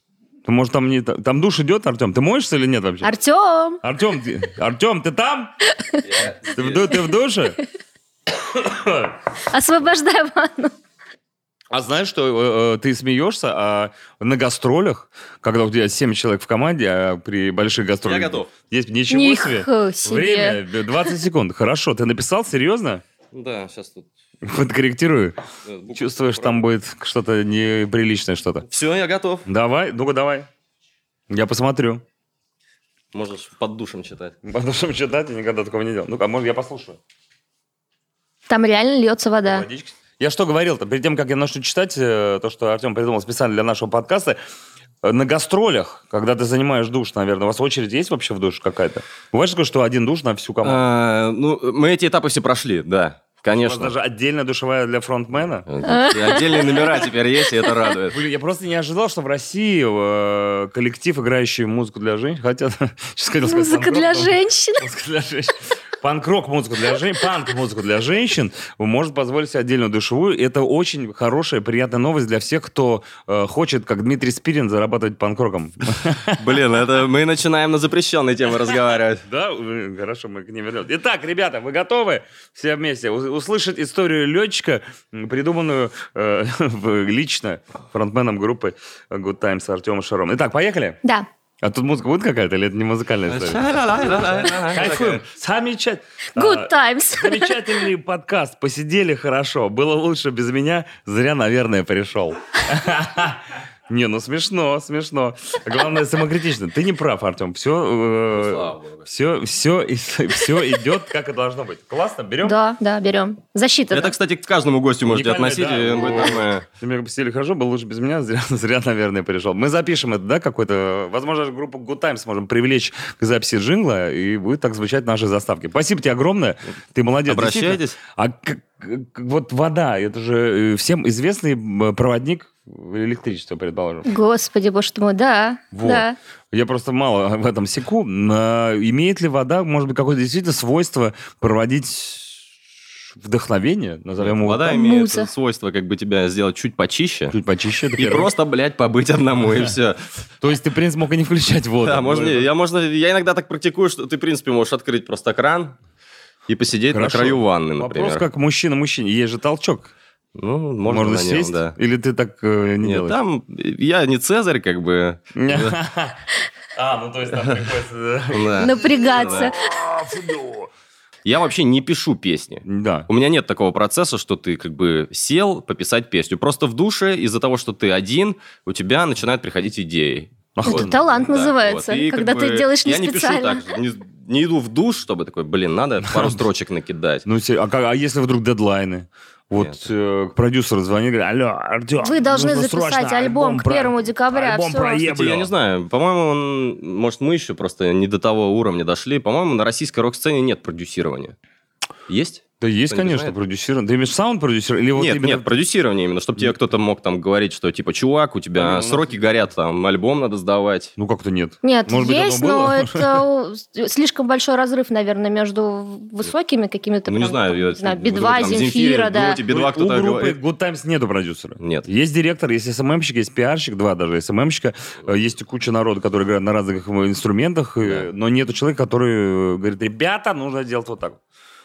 Ты, может, там не... Там душ идет, Артем? Ты моешься или нет вообще?
Артем!
Артем, ты... Артем, ты там? Ты в, ду- ты в душе?
Освобождай ванну.
А знаешь, что э, э, ты смеешься, а на гастролях, когда у тебя 7 человек в команде, а при больших гастролях...
готов.
Есть ничего себе.
Нихуя себе.
Время 20 секунд. Хорошо, ты написал? Серьезно?
Да, сейчас тут... э,
Подкорректирую. Чувствуешь, там будет что-то неприличное что-то.
Все, я готов.
Давай, ну-ка давай. Я посмотрю.
Можешь под душем читать.
Потому что читать я никогда такого не делал. Ну-ка, может, я послушаю.
Там реально льется вода.
Водички. Я что говорил-то? Перед тем, как я начну читать э, то, что Артем придумал специально для нашего подкаста, э, на гастролях, когда ты занимаешь душ, наверное, у вас очередь есть вообще в душ какая-то? Бывает такое, что один душ на всю команду?
А, ну, мы эти этапы все прошли, да,
А,
У вас
конечно. Э,
даже отдельная душевая для фронтмена?
Отдельные номера теперь есть, и это радует.
Блин, я просто не ожидал, что в России э, коллектив, играющий музыку для женщин, хотя сейчас хотел сказать
Музыка
панк-рок,
для
но-
женщин.
Музыка для женщин. Панк-рок музыку для женщин, панк музыку для женщин может позволить себе отдельную душевую. Это очень хорошая, приятная новость для всех, кто э, хочет, как Дмитрий Спирин, зарабатывать панк-роком.
Блин, это мы начинаем на запрещенные темы разговаривать.
Да, э, хорошо, мы к ним вернем. Итак, ребята, вы готовы все вместе у- услышать историю летчика, м, придуманную э, в- лично фронтменом группы Good Times Артемом Шаром. Итак, поехали.
Да.
А тут музыка будет какая-то или это не музыкальная история? Кайфуем.
Кайфуем.
Замечательно.
Good times.
Замечательный подкаст. Посидели хорошо. Было лучше без меня. Зря, наверное, пришел. Не, ну смешно, смешно. Главное, самокритично. Ты не прав, э, Артем. Все,
Ну, слава богу.
все, все, все идет, как и должно быть. Классно, берем.
Да, да, берем. Защита.
Это, кстати, к каждому гостю можете
Уникальная,
относить. э,
да.
и он будет нормально.
Ты меня посидели хорошо, было лучше без меня, зря, зря, наверное, пришел. Мы запишем это, да, какой-то... Возможно, даже группу Good Times можем привлечь к записи джингла, и будет так звучать наши заставки. Спасибо тебе огромное, ты молодец. действительно.
Обращайтесь.
А как- как- вот вода, это же э, всем известный м, проводник электричества, предположим.
Господи, боже ты мой, да,
Вот.
да.
Я просто мало в этом секу. На- Имеет ли вода, может быть, какое-то действительно свойство проводить вдохновение, назовем его
Вода
так?
имеет
муза.
свойство как бы тебя сделать чуть почище.
чуть почище. это
И
первое.
просто, блядь, побыть одному, и все.
То есть ты, в принципе, мог и не включать воду.
Да, можно,
Ну,
я, можно, я иногда так практикую, что ты, в принципе, можешь открыть просто кран и посидеть
Хорошо.
на краю ванны, например.
Вопрос как мужчина мужчине. Есть же толчок.
Ну,
Можно,
можно, на нем,
сесть?
да.
Или ты так э, не
Нет,
делаешь?
там я не Цезарь, как бы.
А, ну то есть там приходится...
Да.
Ну, Напрягаться.
Я вообще не пишу песни.
Да.
У меня нет такого процесса, что ты как бы сел пописать песню. Просто в душе из-за того, что ты один, у тебя начинают приходить идеи.
Это талант называется,
И как
когда ты делаешь не
я
специально.
не пишу так, не, не иду в душ, чтобы такой, блин, надо пару строчек накидать.
Ну, се- а, как- а если вдруг дедлайны? Вот
Нет.
э, к продюсеру звони, говорит, алло, Артем,
Вы должны записать альбом к 1 декабря,
Альбом
всё».
проеблю».
Кстати, я не знаю, по-моему, он, может, мы еще просто не до того уровня дошли. По-моему, на российской рок-сцене нет продюсирования. Есть?
Да есть,
Кто не
конечно,
знает?
продюсер. Ты имеешь саунд-продюсер? Или вот
нет,
именно-
нет, продюсирование именно, чтобы тебе кто-то мог там говорить, что типа, чувак, у тебя
Ну,
сроки горят, там, альбом надо сдавать.
Ну, как-то нет.
Нет,
Может быть, оно
есть,
было?
но это у- с- слишком большой разрыв, наверное, между высокими какими-то...
ну, не
прям,
знаю,
там,
я...
не знаю,
ну,
Бедва,
там,
Земфира, да.
Ну, тебе два
У- У
кто-то
группы
говорит.
Good Times нету продюсера.
Нет.
Есть директор, есть СММщик, есть пиарщик, два даже СММщика. Э, Есть куча народа, которые играют на разных э, инструментах, э, но нету человека, который э, говорит, ребята, нужно делать вот так.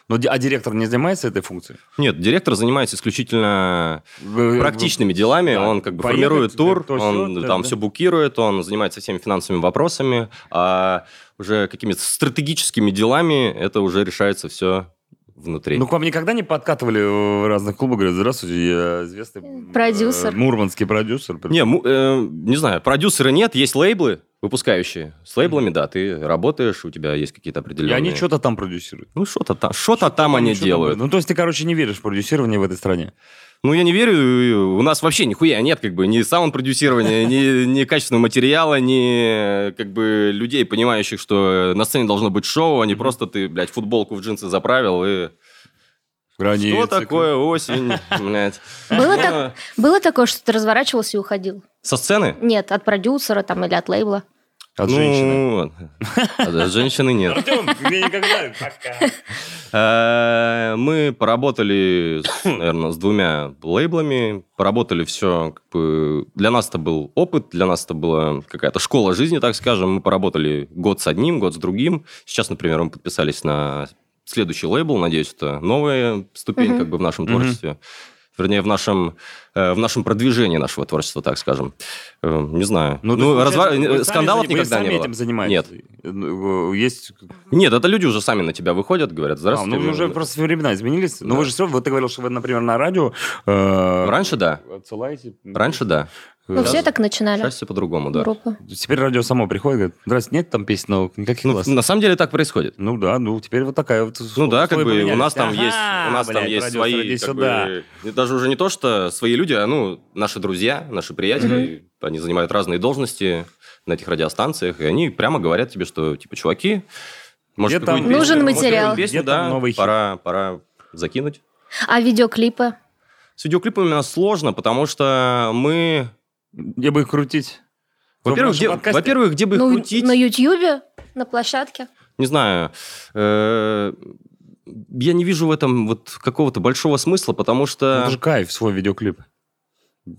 Но, ди- а директор не занимается этой функцией?
Нет, директор занимается исключительно
Э,
практичными делами.
да,
Он как бы
поехать,
формирует тур,
то, сё,
он
да,
там
да.
все букирует, он занимается всеми финансовыми вопросами, а уже какими-то стратегическими делами это уже решается все внутри.
Ну, к вам никогда не подкатывали э, в разных клубах, говорят, здравствуйте, я известный... м,
Продюсер.
э, Мурманский продюсер.
не, му- э, не знаю, продюсера нет, есть лейблы выпускающие. С лейблами, да, ты работаешь, у тебя есть какие-то
И
определенные...
они что-то там продюсируют.
Ну, что-то там, что-то там они
Что-то
делают.
Ну, то есть ты, короче, не веришь в продюсирование в этой стране.
Ну, я не верю, у нас вообще нихуя нет, как бы, ни саунд-продюсирования, ни, ни качественного материала, ни, как бы, людей, понимающих, что на сцене должно быть шоу, а не просто ты, блядь, футболку в джинсы заправил и...
Границы,
Что такое осень, блядь?
Было,
Ну,
так- было такое, что ты разворачивался и уходил?
Со сцены?
Нет, от продюсера там или от лейбла.
От
ну,
женщины.
от- от женщины нет.
Артем, мне никогда пока.
Э, Мы поработали, наверное, с двумя лейблами, поработали все, как бы, для нас это был опыт, для нас это была какая-то школа жизни, так скажем. Мы поработали год с одним, год с другим. Сейчас, например, мы подписались на следующий лейбл, надеюсь, это новая ступень
Мгм.
как бы в нашем
Мгм.
творчестве. Вернее, в нашем, э, в нашем продвижении нашего творчества, так скажем. Э, не знаю.
Ну,
Ну,
то есть,
разва-
получается, вы сами
скандалов
заня- вы
никогда
сами
не было.
этим занимаетесь? Нет. Есть...
Нет, это люди уже сами на тебя выходят, говорят,
А,
здравствуйте.
ну,
мы-
уже просто времена изменились. Ну, Но
Да.
вы же все... Вот ты говорил, что вы, например, на радио... э,
Раньше да.
Отсылаете...
Раньше да.
Ну,
Сейчас-
все так начинали.
Сейчас все по-другому, да.
Группы.
Теперь радио само приходит, говорит, здрасте, нет там песен новых, никаких
Ну,
классных».
на самом деле так происходит.
Ну да, ну теперь вот такая вот.
Ну да, как
условия
бы у
поменялись.
нас там
Ага,
есть, у нас там
блядь,
есть
радио,
свои,
сходи
как
сюда.
бы, ну, даже уже не то, что свои люди, а ну наши друзья, наши приятели, они занимают разные должности на этих радиостанциях, и они прямо говорят тебе, что типа чуваки, может
Где там
какую-нибудь
Нужен
может,
материал.
какую-нибудь песню,
Где там
да,
новый хит?
пора, пора закинуть.
А видеоклипы?
С видеоклипами у нас сложно, потому что мы,
Где бы их крутить? Вы в
во-первых,
нашем
где,
подкасте?
во-первых, где бы их
Ну,
крутить?
на Ютьюбе? На площадке?
не знаю, э, я не вижу в этом вот какого-то большого смысла, потому
Ну,
что...
Это же кайф, свой видеоклип.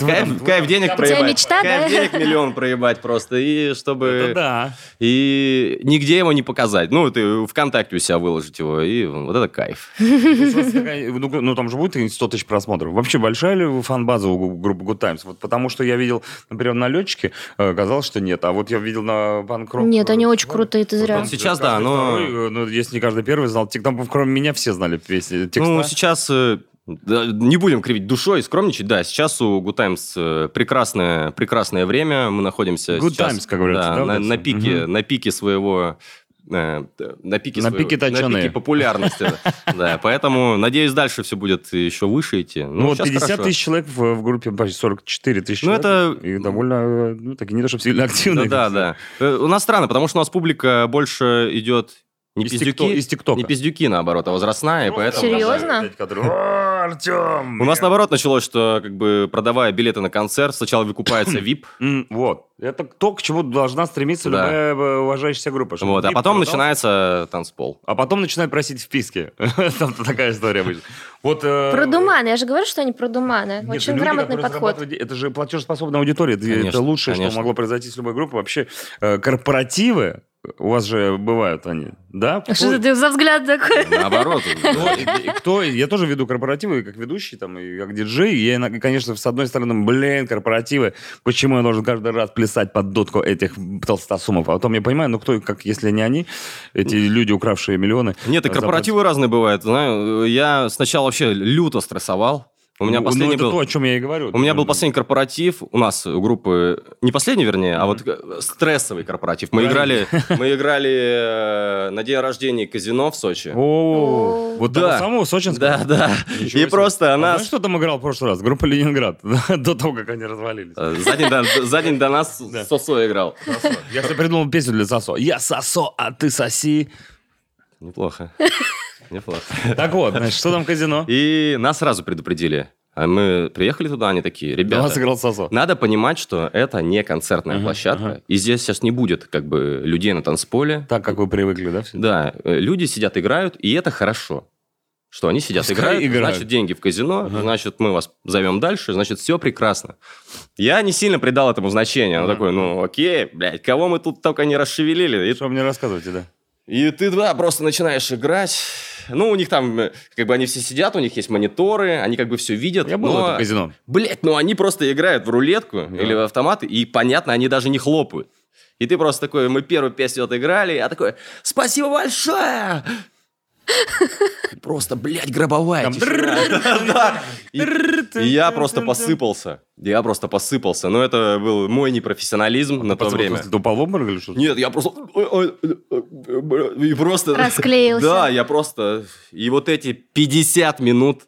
Кайф, кайф денег
тебя
проебать.
мечта,
кайф
да?
денег миллион проебать просто. И
Это
чтобы...
да.
И нигде его не показать. Ну, ты ВКонтакте у себя выложить его. И вот это кайф.
Здесь просто такая, Ну, г- ну, там же будет 100 тысяч просмотров. Вообще большая ли фан-база у гу- группы Good Times? Вот потому что я видел, например, на летчике, казалось, что нет. А вот я видел на панкрок.
Нет, они очень крутые, ты
Вот
зря.
там
Сейчас,
каждый
да, но-
второй, э, ну, если не каждый первый знал, тик- там, кроме меня, все знали песни, текста.
Ну, сейчас... э, да, не будем кривить душой и скромничать. Да, сейчас у Good Times э, прекрасное, прекрасное время. Мы находимся
Good
сейчас,
times, как говорят,
да,
да, вот
на,
это?
на пике,
Мгм.
на пике своего... э, т- На пике,
На
своего-
пике точёные.
на пике популярности. Да, поэтому, надеюсь, дальше все будет еще выше идти.
Ну, вот
сейчас
50
хорошо.
тысяч человек в, в группе, почти 44 тысячи
Ну,
человек.
это-
И довольно, э, ну, такие не то чтобы сильно
Да,
активные.
да, да. Э, У нас странно, потому что у нас публика больше идет не
Из, тикто-
пиздюки,
из ТикТока. Ну,
не пиздюки, наоборот, а возрастная, и поэтому...
Серьезно?
Блядь, которые, «О, Артем!
У нас, наоборот, началось, что, как бы, продавая билеты на концерт, сначала выкупается VIP,
М, Вот. Это то, к чему должна стремиться
Да.
любая э, уважающаяся группа. чтобы
вот, а
ты
потом
продал,
начинается танцпол.
А потом начинают просить вписки. Там такая история будет. Вот, э,
Про думаны. Я же говорю, что они про думаны.
нет,
Очень
люди,
грамотный
которые
подход.
зарабатывают де- Это же платежеспособная аудитория. Это-
Конечно,
это лучшее, что
конечно.
могло произойти с любой группой. Вообще, э, корпоративы, у вас же бывают они, да?
А Что это за взгляд такой?
Наоборот.
Ну, и- и кто, я тоже веду корпоративы, и как ведущий, там, и как диджей. И я, иногда, конечно, с одной стороны, блин, корпоративы, почему я должен каждый раз плясать под дотку этих толстосумов? А потом я понимаю, ну кто, и как, если не они, эти люди, укравшие миллионы.
Нет, и
Запад-
корпоративы разные бывают. Знаю, я сначала вообще люто стрессовал. У меня
Ну,
последний
это
был...
то, о чем я и говорю.
У меня был последний корпоратив, у нас у группы, не последний, вернее, а вот э, стрессовый корпоратив. Мы
Правильно.
играли, мы играли э, на день рождения казино в Сочи.
О, вот
Да.
того самого сочинского.
Да, да.
Ничего
И
себе.
просто
А
она...
Знаешь, кто там играл в прошлый раз? Группа «Ленинград». До того, как они развалились.
э, За день до, за день до нас
Да.
Сосо играл.
Сосо. Я, кстати, придумал песню для Сосо. Я Сосо, а ты соси.
Неплохо. Неплохо.
Так вот, значит, что там казино?
И нас сразу предупредили. А мы приехали туда, они такие,
Да,
ребята,
сыграл Сосо.
Надо понимать, что это не концертная
Мгм,
площадка,
ага.
и здесь сейчас не будет как бы людей на танцполе.
Так, как вы привыкли, да? все?
Да, э, люди сидят, играют, и это хорошо. Что они сидят,
Пускай
играют,
играют.
значит, деньги в казино,
Ага.
значит, мы вас зовем дальше, значит, все прекрасно. Я не сильно придал этому значения. Он
Ага.
такой, ну окей, блядь, кого мы тут только не расшевелили. И
Что мне рассказываете, да?
и ты, да, просто начинаешь играть. Ну, у них там, э, как бы они все сидят, у них есть мониторы, они как бы все видят.
Я был в
но-
этом казино.
Блять, ну они просто играют в рулетку
Да.
или в автоматы, и понятно, они даже не хлопают. И ты просто такой, мы первую песню отыграли, а такой, спасибо большое! И Просто, блядь, гробовая
Там
тишина. Да. И- и Я просто посыпался. Я просто посыпался. Но это был мой непрофессионализм на то
Пацан,
время.
просто Ты упал в обморок или что?
Нет, я просто... ой, ой, ой, И просто...
Расклеился.
Да, я просто... И вот эти 50 минут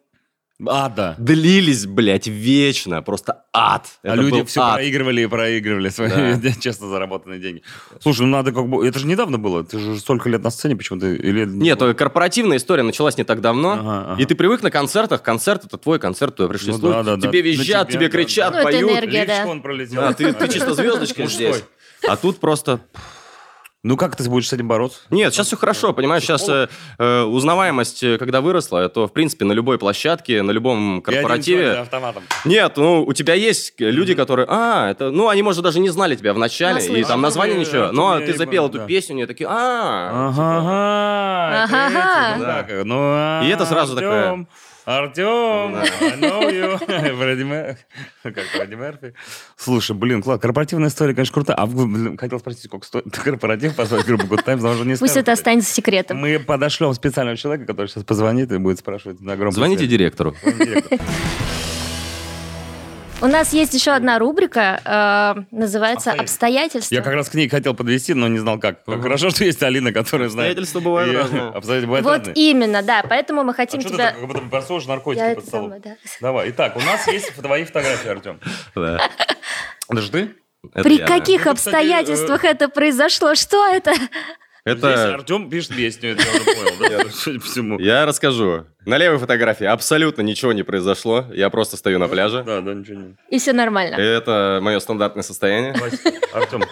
А, да.
длились, блядь, вечно. Просто ад.
А
Это
люди
был
все
ад.
проигрывали и проигрывали свои
Да.
честно заработанные деньги. Слушай, ну надо как бы... Это же недавно было. Ты же столько лет на сцене почему-то... Или...
Нет, э, корпоративная история началась не так давно.
Ага, ага.
И ты привык на концертах. Концерт это твой концерт, туда пришли
Ну
слушать.
да, да, да.
тебе
На
визжат,
тебя,
тебе
да,
кричат,
да. Ну, это
поют.
энергия. Энергия, да.
Лишь он пролетел.
Да, А, ты, ты чисто звездочка
Мужской.
здесь. А тут просто...
Ну как ты будешь с этим бороться?
Нет, сейчас все хорошо, понимаешь, сейчас э, э, узнаваемость, э, когда выросла, то, в принципе, на любой площадке, на любом
Я один человек за
корпоративе...
автоматом.
Нет, ну, у тебя есть э, люди, которые... А, это... Ну, они, может, даже не знали тебя в начале, и
Наслышаны.
там название
А,
ничего,
ты
но
мне
ты
и
запел
понял,
эту
да.
песню, и они такие... А,
Ага, это
Ага.
эти, ну да, как, ну, а,
И это сразу
Артём, Артем,
Да.
I know you. Фредди Мер- Как Фредди Мерфи. Слушай, блин, класс, корпоративная история, конечно, круто. А вы, блин, хотел спросить, сколько стоит корпоратив позвать группу Good Times, но уже не
Пусть
скажет.
это останется секретом.
Мы подошлем специального человека, который сейчас А, позвонит и будет спрашивать на громком
Звоните
связи.
директору.
Звоните директору.
У нас есть еще одна рубрика, э, называется «Обстоятельства».
Я как раз к ней хотел подвести, но не знал как.
Ага.
Хорошо, что есть Алина, которая знает.
Обстоятельства бывают
И-
разные.
Обстоятельства бывают
вот
разные.
именно, да. Поэтому мы
А
хотим
что ты
тебя...
так, как будто просовываешь
Я
наркотики
это
под столом?
самое, да.
Давай. Итак, у нас есть твои фотографии, Артем.
Да.
Это же ты?
Это
При
я, да.
каких
Ну, кстати,
обстоятельствах это произошло? Что это?
Здесь
Это...
Артем пишет песню, это я уже понял, да? Судя по всему.
Я расскажу. На левой фотографии абсолютно ничего не произошло. Я просто стою на пляже.
Да, да, ничего не.
И все
Э,
нормально.
Это мое стандартное состояние.
Артем,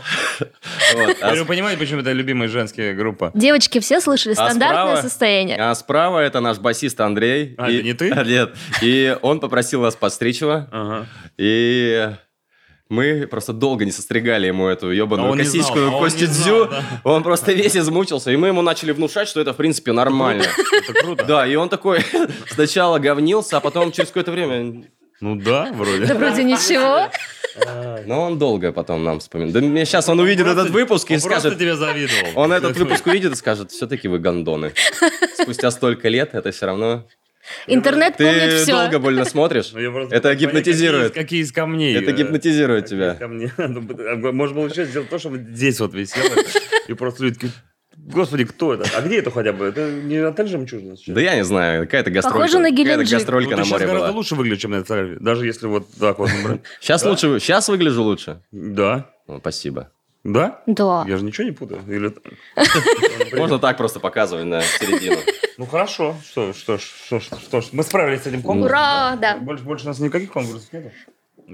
Вот. А
вы понимаете, почему это любимая женская группа?
Девочки, все слышали?
А
Стандартное
справа-
состояние.
А справа это наш басист Андрей.
А, это не ты?
Нет. И он попросил нас подстричь его.
Ага.
И мы просто долго не состригали ему эту ебаную
А он не знал,
косичку
а он
Кости
не знал,
Дзю.
да.
Он просто весь измучился. И мы ему начали внушать, что это, в принципе, нормально.
Это круто.
Да, и он такой сначала говнился, а потом через какое-то время...
Ну да,
Да
вроде.
вроде ничего.
Но он долго потом нам вспоминает. Да мне сейчас он увидит этот выпуск и
Он просто
скажет...
тебе завидовал.
Он этот выпуск увидит и скажет, все-таки вы гондоны. Спустя столько лет это все равно...
Интернет помнит
Ты
все.
долго больно смотришь.
Ну, я просто
Это
посмотрю,
гипнотизирует.
Какие, из- какие из камней.
Это
э,
гипнотизирует
какие
тебя.
из камней. Ну, Может было еще сделать то, чтобы здесь вот висело. И просто люди такие, господи, кто это? А где это хотя бы? Это не отель «Жемчужина» сейчас?
Да я не знаю, какая-то гастролька.
Похоже на
какая-то
Геленджик.
Ну,
гастролька
ты
на
сейчас
море
гораздо
была.
лучше выглядишь, чем на этой фотографии. Даже если вот так вот. брать.
Сейчас лучше, сейчас выгляжу лучше.
Да.
Ну, спасибо.
Да?
Да.
Я же ничего не путаю. Или-
Можно так просто показывать на середину.
Ну хорошо. Что, что, ж, что, ж, что, ж, мы справились с этим конкурсом.
Ура, да.
Больше, больше у нас никаких конкурсов нету.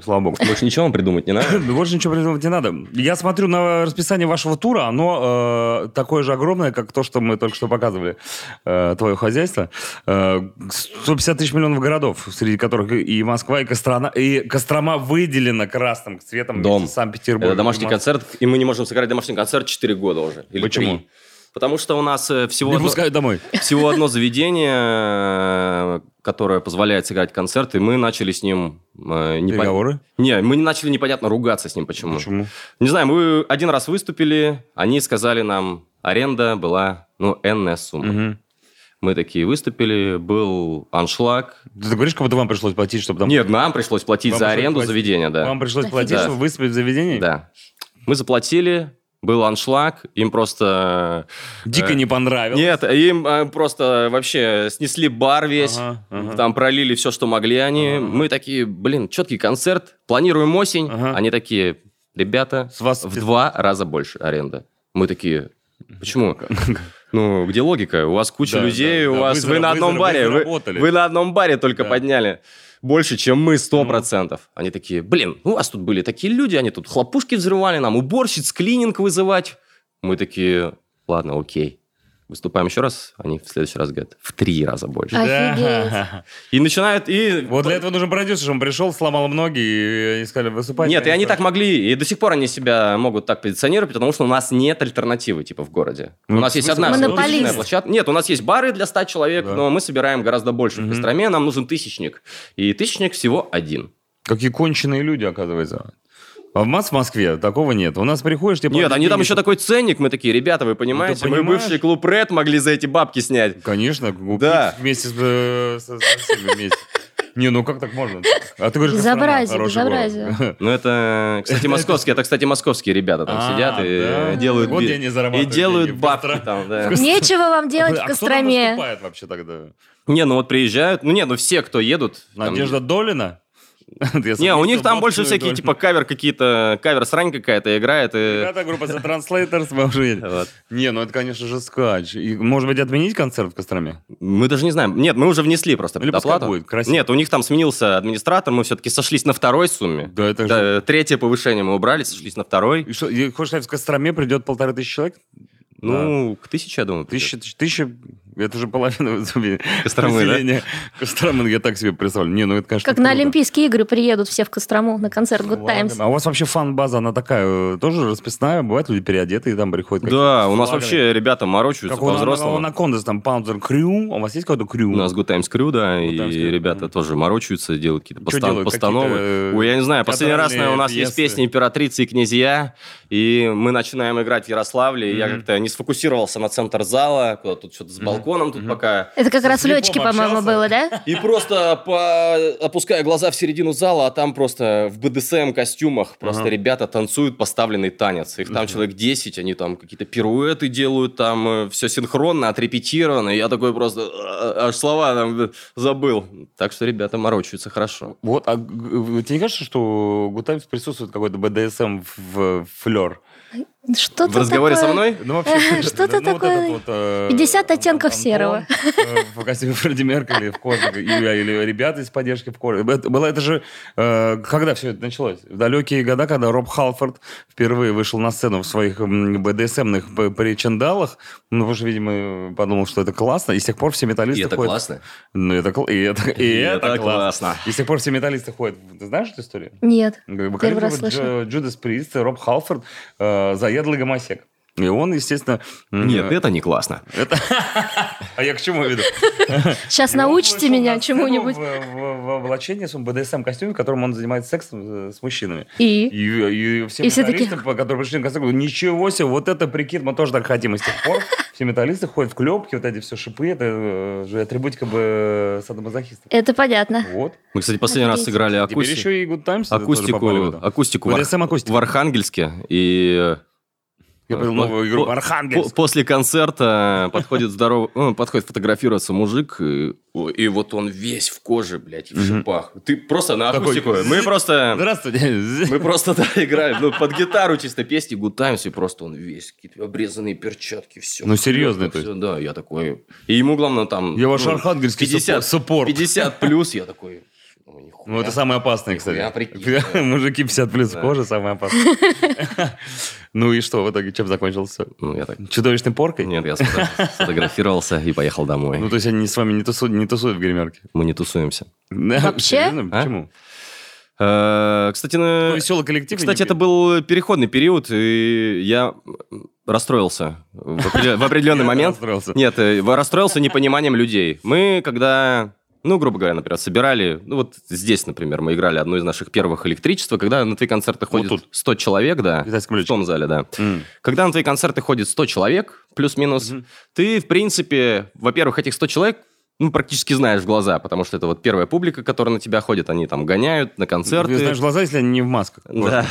Слава богу.
Больше ничего вам придумать не надо.
Ну, Больше ничего придумывать не надо. Я смотрю на расписание вашего тура, оно э, такое же огромное, как то, что мы только что показывали, э, твое хозяйство. Э, 150 тысяч миллионов городов, среди которых и Москва, и Кострома, и Кострома выделена красным цветом
Дом.
вместе с Санкт-Петербургом.
Это домашний
И
концерт, и мы не можем сыграть домашний концерт 4 года уже. или
Почему?
три. Потому что у нас э, всего,
Не
одно,
пускают домой.
всего одно заведение, э, которое позволяет сыграть концерт, и мы начали с ним... э, непон-
Переговоры?
Не, мы не начали непонятно ругаться с ним, почему.
Почему?
Не знаю, мы один раз выступили, они сказали нам, аренда была, ну, энная сумма.
Мгм.
Мы такие выступили, был аншлаг.
Ты говоришь, как будто вам пришлось платить, чтобы там...
Нет, нам пришлось платить
Вам
за
пришлось
аренду
платить.
заведения, да.
Вам пришлось платить,
Да.
чтобы выступить в заведении?
Да. Мы заплатили, был аншлаг, им просто...
Дико
Э,
не понравилось.
Нет, им э, просто вообще снесли бар весь,
Ага, ага.
там пролили все, что могли они.
Ага, ага.
Мы такие, блин, четкий концерт, планируем осень.
Ага.
Они такие, ребята,
С вас
в два раза больше аренда. Мы такие, почему? Ну, где логика? У вас куча
Да,
людей,
да,
у
да.
вас
Вы
вы
зара-
на
вы
одном
зара-
баре,
вы
вы-
заработали.
вы на одном баре только
Да. Ну.
подняли. Больше, чем мы, сто процентов. Они такие, блин, у вас тут были такие люди, они тут хлопушки взрывали нам, уборщиц, клининг вызывать. Мы такие, ладно, окей. Выступаем еще раз, они в следующий раз говорят, в три раза больше.
А Да.
И начинают, и...
Вот для этого нужен продюсер, чтобы он пришел, сломал ноги, и они сказали, выступать.
Нет, и они так могли, и до сих пор они себя могут так позиционировать, потому что у нас нет альтернативы, типа, в городе.
Ну,
у нас есть
вы
одна
согласны?
выставочная
Монополист.
площадка. Нет, у нас есть бары для 100 человек,
Да.
но мы собираем гораздо больше. В
Мгм.
Костроме нам нужен тысячник, и тысячник всего один.
Какие конченые люди, оказывается. А в Мас в Москве такого нет. У нас приходишь, тебе
Нет,
платят
они там
деньги,
еще такой ценник, мы такие, ребята, вы понимаете, мы
Ну, понимаешь?
бывший клуб Ред могли за эти бабки снять.
Конечно, купить
Да.
вместе с, э, со, со всеми вместе. Не, ну как так можно? А ты говоришь, Кострома,
Безобразие,
хороший город.
безобразие.
Ну это, кстати, московские, это, кстати, московские ребята там
А,
сидят и
да?
э, делают
Вот
би-
где они
и
зарабатывают
делают
деньги, в
бабки
Костроме.
там, да.
Нечего вам делать в
А кто там
Костроме.
выступает вообще тогда?
Не, ну вот приезжают, ну не, ну все, кто едут. там-
Надежда Долина?
Не, у них там больше всякие, типа, кавер какие-то, кавер срань какая-то играет. и-
Это группа The Translators, мы уже едем.
Вот.
Не, ну это, конечно же, скач. И, может быть, отменить концерт в Костроме?
Мы даже не знаем. Нет, мы уже внесли просто
Или пускай
предоплату.
будет, Ну, красиво.
Нет, у них там сменился администратор, мы все-таки сошлись на второй сумме.
Да, это же...
Да, Третье повышение мы убрали, сошлись на второй.
И что, и хочешь сказать, в Костроме придет полторы тысячи человек?
Ну, к тысяче, я думаю.
Тысяча, тысяча, это уже половина
Костромы, да?
населения Костромы, я так себе представляю. Не, ну это, конечно,
Как на
круто.
Олимпийские игры приедут все в Кострому на концерт Good
Ладно.
Times.
А у вас вообще фан-база, она такая, э, тоже расписная? Бывают люди переодетые, там приходят?
тысяча.
какие-то
Да, у нас
флагами?
вообще ребята морочаются
Как у
по-взрослому.
Анакондас, там, Панзер Крю. А у вас есть какой-то Крю?
У нас Good Times Crew, да,
Good
и
Times Crew,
ребята
мгм.
тоже морочаются, делают какие-то
Чё
постан-
делают?
постановы.
Какие-то, э,
Ой, я не знаю, последний раз
театральные
наверное, у нас есть
пьесы?
песни «Императрицы и князья», и мы начинаем играть в Ярославле, и я
Мгм.
как-то не сфокусировался на центр зала, куда тут что-то с балконом тут пока.
Это как
Со
раз
слепом
Лечки, по-моему,
общался?
было, да?
И просто по... опускаю глаза в середину зала, а там просто в БДСМ костюмах просто
Ага.
ребята танцуют поставленный танец. Их там
Мгм.
человек 10, они там какие-то пируэты делают, там все синхронно, отрепетировано. И я такой просто э, аж слова там забыл. Так что ребята морочаются хорошо.
Вот, а г- г- тебе не кажется, что у Good Times присутствует какой-то БДСМ в флер?
Что-то
в разговоре
такое.
со мной?
Ну, вообще,
Что-то
ну, вот
такое.
этот вот, э,
50 оттенков
Антон,
серого.
э, В костюме Фредди Меркель в коже, и- или ребята из поддержки в коже. Это Было это же, э, когда все это началось? В далекие года, когда Роб Халфорд впервые вышел на сцену в своих м, БДСМных п- причиндалах, ну, потому что, видимо, подумал, что это классно, и с тех пор все металлисты
И это
ходят-
классно.
Ну, это, кл- и это, и это классно. И с тех пор все металлисты ходят. Ты знаешь эту историю?
Нет.
Вокалист
раз
группы
слышу.
Джу- Judas Priest, Роб Халфорд, э, заядлый гомосек. И он, естественно... м,
Нет,
э,
это не классно.
это... А я к чему веду?
Сейчас
И он
научите
вышел
меня
на сцену
чему-нибудь.
В, в- в облачении, в своем БДСМ-костюме, в котором он занимается сексом э, с мужчинами.
И?
И, и все
И все
металлисты,
такие-
по- которые пришли на концерт, говорят, ничего себе, вот это прикид, мы тоже так хотим. И с тех пор все металлисты ходят в клепки, вот эти все шипы, это э, же атрибутика бы э, садомазохистов.
Это понятно.
Вот.
Мы, кстати, последний раз
Офигеть.
сыграли
Теперь
акустику.
еще и Good Times туда тоже попали в
акустику,
это.
акустику в, Ар-
БДСМ акустика.
в Архангельске. И
Я
э,
понял
по-
новую игру
по-
Архангельск.
по- после концерта подходит здоровый, ну, подходит фотографироваться мужик, и, о, и вот он весь в коже, блядь, и в
Мгм.
шипах. Ты просто на
Такой,
акустику. Мы
«Зы».
просто... Мы
Здравствуйте.
просто да, играем, ну, под гитару чисто песни Good Times, и просто он весь, какие-то обрезанные перчатки, все.
Ну, серьезный, то есть?
Да, я такой... И ему, главное, там...
Я ваш
ну,
архангельский
50,
суппорт.
50 плюс, я такой... Ну, нихуя.
Ну, это самое опасное, кстати.
Нихуя, прикинь, да.
Мужики 50 плюс в
Да.
коже, самое опасное. Ну и что, в итоге чем закончилось все?
Ну, я так...
Чудовищной поркой?
Нет, я сфото- сфотографировался и поехал
Ну,
домой.
то есть они с вами не тусуют, не тусуют в гримерке?
Мы не тусуемся.
Да,
Вообще?
серьезно?
А?
Почему?
Э, Кстати,
Ну,
на-
веселый коллектив.
кстати,
и не-
это был переходный период, и я расстроился в определен- в определенный
Я
момент.
расстроился.
Нет, э, в- расстроился непониманием людей. Мы, когда, ну, грубо говоря, например, собирали, ну, вот здесь, например, мы играли одно из наших первых электричества, когда на твои концерты ходит
тут.
100 человек, да,
Китайский
в
ключ.
том зале, да.
М.
Когда на твои концерты ходит 100 человек, плюс-минус,
Мгм.
ты, в принципе, во-первых, этих 100 человек ну, практически знаешь в глаза, потому что это вот первая публика, которая на тебя ходит, они там гоняют на концерты.
Ты знаешь глаза, если они не в масках.
Да.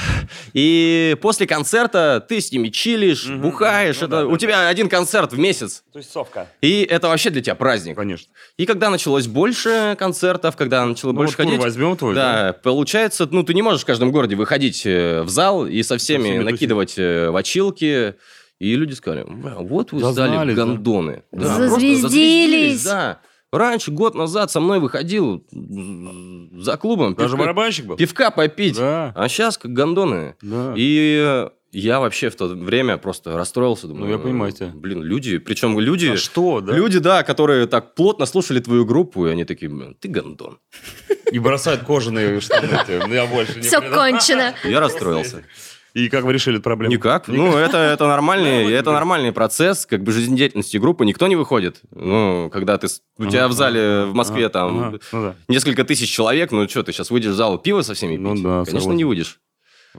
И после концерта ты с ними чилишь,
Мгм.
бухаешь.
Ну
это,
да, да,
у тебя один концерт в месяц.
То есть совка.
И это вообще для тебя праздник.
Конечно.
И когда началось больше концертов, когда начало
Ну,
больше
вот тур
ходить...
возьмем твой, да?
Да, получается, ну, ты не можешь в каждом городе выходить э, в зал и со всеми,
всеми тусить.
накидывать э, вочилки. И люди сказали, «Бля, вот вы
Да
стали
знали, да.
гондоны. Да, просто
Зазвездились.
да. Раньше, год назад, со мной выходил м, за клубом
Даже
пивка-
барабанщик был?
пивка попить.
Да.
А сейчас как гондоны.
Да.
И я вообще в то время просто расстроился. Думаю,
Ну, я понимаю тебя.
Блин, люди, причем люди...
А что, да?
Люди, да, которые так плотно слушали твою группу, и они такие, «Блин, ты гондон.
И бросают кожаные штаны. тебе. Ну, я больше не
Все
приду.
кончено.
Я расстроился.
И как вы решили эту проблему?
Никак. Ну, это, это нормальный, это нормальный процесс, как бы жизнедеятельности группы. Никто не выходит. Ну, когда ты... с- У
Ага,
тебя в зале в Москве
Ага,
там
ага, ну да.
несколько тысяч человек, ну что, ты сейчас выйдешь в зал пиво со всеми пить?
Ну да,
Конечно,
согласен.
не выйдешь.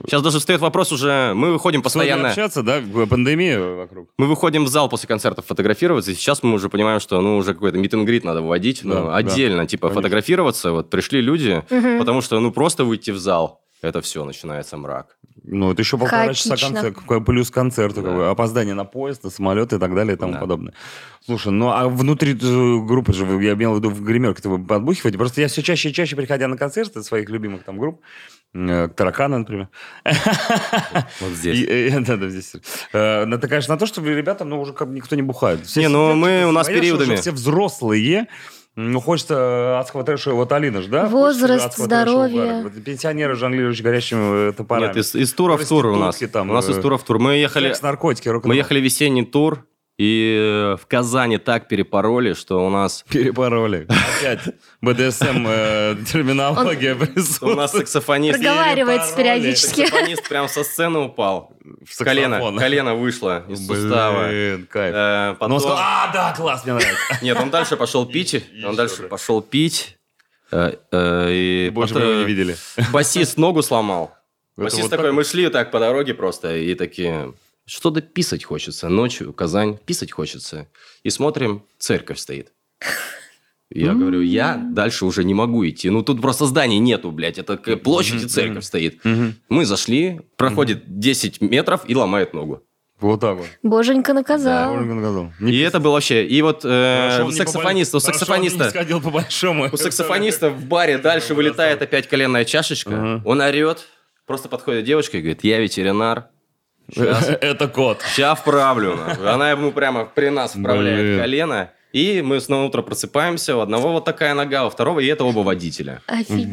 Сейчас даже встает вопрос уже, мы выходим
Постоянно
постоянно...
общаться, да? Пандемия вокруг.
Мы выходим в зал после концертов фотографироваться, и сейчас мы уже понимаем, что ну уже какой-то мит грит надо выводить,
Да,
ну,
да.
отдельно, типа
Конечно.
фотографироваться, вот пришли люди,
Мгм.
потому что ну просто выйти в зал, это все, начинается мрак.
Ну, это еще полтора часа
Хаотично.
концерта, какой- плюс концерты,
Да.
как бы, опоздание на поезд, на самолет и так далее и тому
Да.
подобное. Слушай, ну а внутри э, группы же, вы- я имел в виду, в гримерке ты вы подбухиваете. Просто я все чаще и чаще, приходя на концерты своих любимых там групп, э, Таракана, например,
Вот здесь.
и, э, да, да, здесь, э, натыкаешься на то, что ребята, ну, уже как бы никто не бухает. Все
Не, ну,
сидят,
мы-
что-то
у нас
своя, что
периодами.
уже Все взрослые, ну, хочется адского трэша, вот Алина же, да? хочется
Возраст,
адского трэша, угара.
здоровье.
Вот Пенсионеры, жонглирующие горящими э, топорами.
Нет, из, из тура в тур у нас.
Проститутки там,
у нас из
э,
тура в тур. Мы ехали,
Секс, наркотики, рок
мы ехали весенний тур, и э, в Казани так перепороли, что у нас
Перепороли. Опять БДСМ э, терминология
у
присутствует.
нас саксофонист.
Проговаривай. Проваливается
Перепороли.
периодически.
Саксофонист прям со сцены упал.
В
Колено,
саксофон.
колено вышло из сустава.
Блин, кайф.
Э,
Но он
потом-
сказал, а, да, класс, мне нравится.
Нет, он дальше пошел пить.
И
Он
ещё,
дальше
да.
пошел пить. Э, э, и
Больше мы
потом-
его не видели.
Басист ногу сломал.
Это
Басист
вот
такой,
так
мы шли так по дороге просто, и такие... Что-то писать хочется. Ночью Казань, писать хочется. И смотрим, церковь стоит. Я говорю, я дальше уже не могу идти. Ну, тут просто зданий нету, блядь. Это к- площадь и
Мгм, мгм.
церковь стоит.
Мгм.
Мы зашли, проходит 10 метров и ломает ногу.
Вот так вот.
Боженька наказал.
Ольга наказала. Не
И
пи-
это было вообще... И вот э,
Хорошо, он
у
не
саксофониста, у
побол- Хорошо, он не
саксофониста...
сходил по большому.
У саксофониста в баре дальше вылетает опять коленная чашечка.
Ага.
Он орет. Просто подходит девочка и говорит, я ветеринар. Сейчас,
Это кот.
сейчас вправлю. нахуй». Она ему прямо при нас вправляет
Блин.
колено. И мы с утро просыпаемся. У одного вот такая нога, у второго, и это оба водителя.
Офигеть.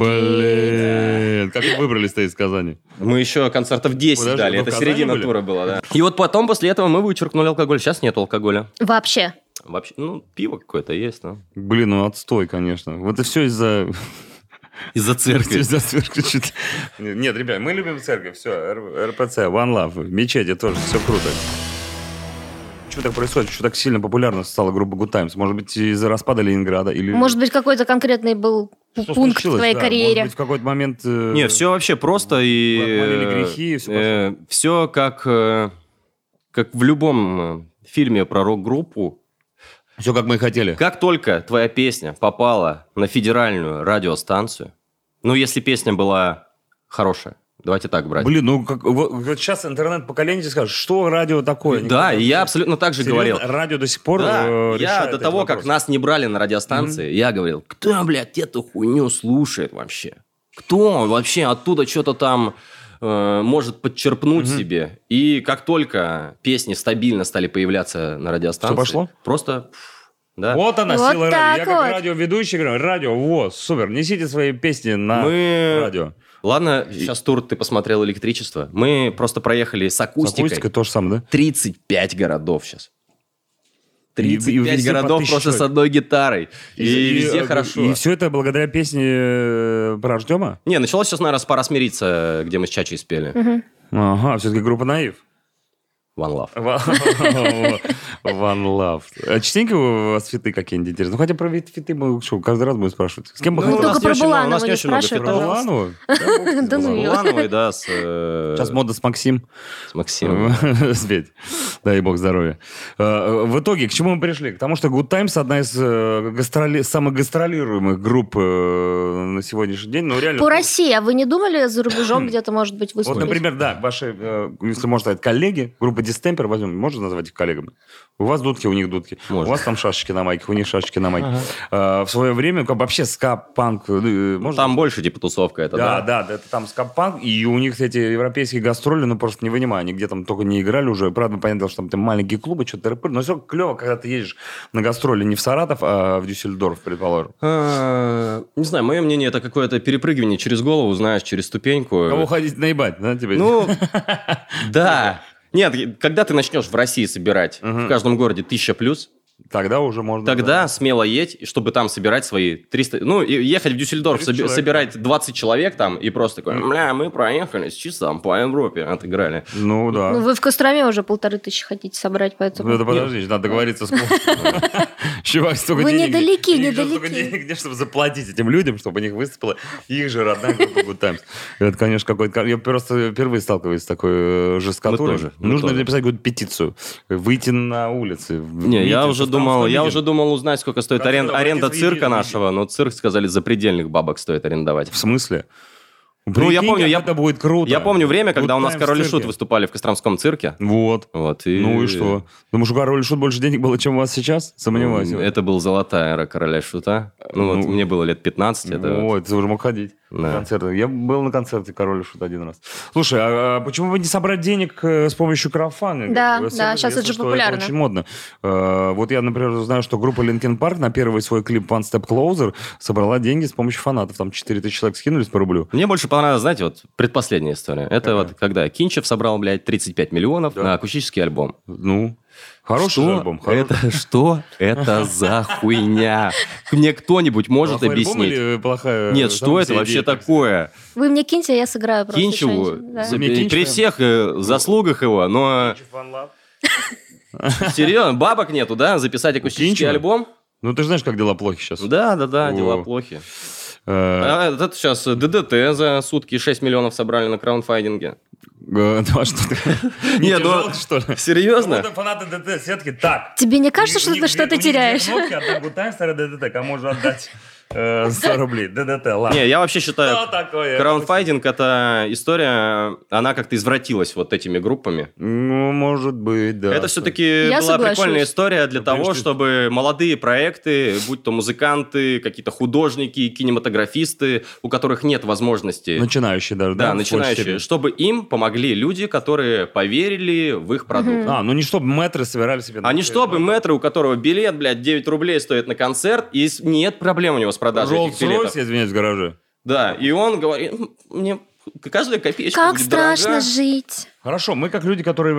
Блин, как вы выбрались-то из Казани?
Мы еще концертов 10
Подожди,
дали.
вы
Это
в Казани
середина
были?
тура была, да. И вот потом, после этого, мы вычеркнули алкоголь. Сейчас нет алкоголя.
Вообще.
Вообще, ну, пиво какое-то есть, но...
Блин, ну отстой, конечно. Вот это все из-за...
Из-за церкви.
из-за церкви чуть- Нет, ребят, мы любим церковь, все, РПЦ, One Love, мечети тоже, все круто. Что так происходит? Что так сильно популярна стала группа Good Times? Может быть, из-за распада Ленинграда? Или...
Может быть, какой-то конкретный был
Что
пункт в
случилось,
твоей
да?
карьере.
Может быть, в какой-то момент... э,
Не, все вообще просто
Отмолили
и...
грехи, и всё
Все как, э, как в любом э, фильме про рок-группу.
Все, как мы и хотели.
Как только твоя песня попала на федеральную радиостанцию, ну, если песня была хорошая, давайте так брать.
Блин, ну как, вот, сейчас интернет поколение скажет, что радио такое?
да,
Никогда
и
не
я
слышал.
абсолютно так же
Серьезно?
говорил.
Радио до сих пор
Да,
э,
я
решает
до
этот
того, как
вопрос.
нас не брали на радиостанции, я говорил, кто, блядь, эту хуйню слушает вообще? Кто вообще оттуда что-то там э, может подчерпнуть себе? И как только песни стабильно стали появляться на радиостанции...
пошло?
Просто, пф, да.
Вот она,
Вот
сила
так
радио. Я
вот.
как радиоведущий говорю, радио, вот, супер, несите свои песни на
Мы...
радио.
Ладно, сейчас тур ты посмотрел электричество. Мы просто проехали с
С
акустикой.
акустикой то же самое, да?
35 городов сейчас.
И- и
35
везде по
городов
тысяче
просто с
человек.
одной гитарой. И, везде
э,
хорошо.
И все это благодаря песне э, про Артема?
Не, началось сейчас, наверное, с «Пора смириться», где мы с Чачей спели.
Ага, все-таки группа Наив.
One Love.
Ва- One Love. А Частенько у вас фиты какие-нибудь интересные? Ну, хотя про вит- фиты мы что, каждый раз будем спрашивать. С кем бы
Ну,
Ну,
хотели?
нас
только
не
про
очень много- у нас
Буланова
не
не
очень много
спрашивай,
Про
пожалуйста.
Ланову?
Да ну её.
Булановой, да, с, э,
Сейчас мода с Максим.
с Максимом.
Спеть. Дай бог здоровья. Э, э, В итоге, к чему мы пришли? К тому, что Good Times одна из э, гастроли- самых гастролируемых групп э, на сегодняшний день. Ну, реально.
По России, а вы не думали за рубежом где-то, может быть,
Вот,
выступить?
например, да, ваши, э, если можно сказать, коллеги, группа Дистемпер, возьмем, можно назвать их коллегами? У вас дудки, у них дудки.
Можно.
У вас там шашечки на майках, у них шашечки на майке. Э, в свое время как вообще ска-панк... э, можно
Там больше типа тусовка это,
да,
да?
да, да, это там скапанк, и у них эти европейские гастроли, ну, просто не вынимаю, они где там только не играли уже, правда, понятно, дело, что там, там маленькие клубы, что-то рыпы, но все клево, когда ты едешь на гастроли не в Саратов, а в Дюссельдорф, предположим.
Э, Не знаю, мое мнение, это какое-то перепрыгивание через голову, знаешь, через ступеньку.
Кого ходить наебать, да, тебе?
Ну, да. Нет, когда ты начнешь в России собирать в
Мгм.
каждом городе тысяча плюс,
Тогда уже можно...
Тогда смело едь, и чтобы там собирать свои 300... Ну, и ехать в Дюссельдорф,
300
соби-
человек.
собирать 20 человек там, и просто такой, бля, мы проехали с часом по Европе, отыграли.
да. Ну, да.
Ну, вы в Костроме уже полторы тысячи хотите собрать, поэтому...
Ну, это подожди, еще надо договориться с Чувак, столько
Вы
денег.
недалеки,
у них же Столько
недалеки.
денег, где, чтобы заплатить этим людям, чтобы у них выступила их же родная группа Good Times. Это, конечно, какой-то... Я просто впервые сталкиваюсь с такой э, жесткотурой.
Мы тоже, мы
Нужно
тоже.
написать какую-то петицию. Выйти на улицы. в-
Не, я
митинг,
уже
что там,
думал,
что
я
митинг.
уже думал узнать, сколько стоит
Как
арен-
это,
аренда
обратиться в
цирка
единый
нашего, но цирк сказали запредельных бабок стоит арендовать.
В смысле?
Ну, я
Прикинь,
помню,
как
я-
Это будет круто.
Я помню время, когда
Good
у нас
Times
Король и
в
Шут
цирке.
выступали в Костромском цирке.
Вот.
Вот, и...
Ну и что? Думаешь, у Король и Шут больше денег было, чем у вас сейчас? Сомневаюсь.
Это был золотая эра Короля и Шута. Ну, вот
Ну.
мне было лет 15. это вот.
Вот, ты уже мог ходить на
Да.
концерты. Я был на концерте Король и Шут один раз. Слушай, а а почему бы не собрать денег э, с помощью краудфандинга?
Да,
Особенно
да, сейчас
если
это же
что,
популярно.
очень модно. Э, Вот я, например, знаю, что группа Linkin Park на первый свой клип One Step Closer собрала деньги с помощью фанатов. Там 4000 человек скинулись по рублю.
Мне больше понравилась, знаете, вот предпоследняя история. Это
Какая?
вот когда Кинчев собрал, блядь, 35 миллионов
Да.
на акустический альбом.
Ну, хороший
Что
же альбом. хороший.
Это, что это за хуйня? Мне кто-нибудь может
Плохой альбом
объяснить?
или плохая...
Нет, что это
идея?
вообще такое?
Вы мне киньте, а я сыграю просто.
Кинчеву,
что-нибудь, да.
за-
Мне Кинчева?
при всех э,
Ну.
заслугах его, но серьезно, бабок нету, да, записать акустический
Кинчева?
альбом?
Ну, ты же знаешь, как дела плохи сейчас.
Ну Да, да, да, дела
О.
плохи.
Э,
э, А этот сейчас ДДТ за сутки 6 миллионов собрали на краундфайдинге.
Э, Ну а что ты? Не
Не, ну,
жалко, что ли?
Серьезно?
Кому-то фанаты ДТ сетки так.
Тебе не кажется, что ты что-то теряешь?
Гутань, старый ДДТ, кому же отдать э, 100 рублей? ДДТ, ладно.
Не, я вообще считаю,
Что такое?
краунфайдинг это история, она как-то извратилась вот этими группами.
Ну, может быть, да.
Это все-таки
Я
была
соглашусь.
прикольная история для
Ну,
того,
конечно.
чтобы молодые проекты, будь то музыканты, какие-то художники, кинематографисты, у которых нет возможности,
Начинающий даже, Ну, да?
да,
в большей
начинающие,
степени?
чтобы им помогли люди, которые поверили в их продукт.
Мгм.
А, ну не чтобы мэтры собирали себе...
А не чтобы мэтры, у которого билет, блядь, 9 рублей стоит на концерт, и с- нет проблем у него с продажей этих билетов.
Роллс-Ройс, я извиняюсь, в гараже.
Да, и он говорит, «М, мне каждая копеечка
Как
будет
страшно
дорога».
жить.
Хорошо, мы как люди, которые... э,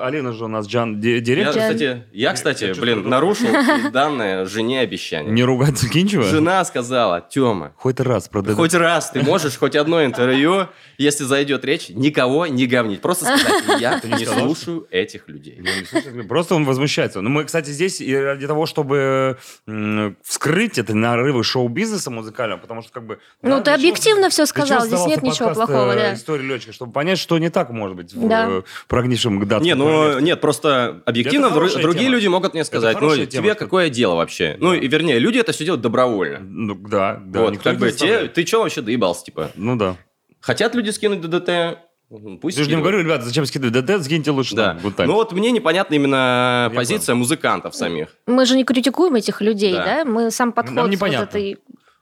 э, Алина же у нас Джан ди-
Я,
директор.
Жаль.
кстати, я,
Я
кстати,
чувствую
блин,
душу.
нарушил данное жене обещание.
Не ругать Кинчева?
Жена сказала, Тёма,
Хоть раз про ДДТ.
хоть раз ты можешь хоть одно интервью, если зайдет речь, никого не говнить. Просто сказать, я
не
не
сказала,
слушаю этих людей.
Я не слушаю, Просто он возмущается. Ну, мы, кстати, здесь и ради того, чтобы м, вскрыть это нарывы шоу-бизнеса музыкального, потому что как бы... да,
Ну, ты
для чего-
объективно все
для чего
сказал, здесь
создавался
нет ничего
подкаст, э,
плохого, да.
История летчика, чтобы понять, что не так может быть в,
Да.
э, прогнившем к датскому
Не, ну
королевстве.
нет, просто объективно
Это
дру-
хорошая
другие
тема.
люди могут мне сказать, ну
хорошая тема,
тебе
что-
какое дело вообще? Ну и вернее, люди это все делают добровольно.
Ну, да, да.
э, вот,
никто
как
не
бы, те,
заставляет.
ты чё вообще доебался, типа?
Ну, да.
Хотят люди скинуть ДДТ? М, Пусть
Я же не
скидывают.
говорю, ребята, зачем скидывать ДДТ, скиньте лучше.
Да.
там, вот так.
Ну вот мне непонятна именно
Я
позиция музыкантов самих.
Мы же не критикуем этих людей, да?
Да.
Мы сам подход вот
непонятно.
этой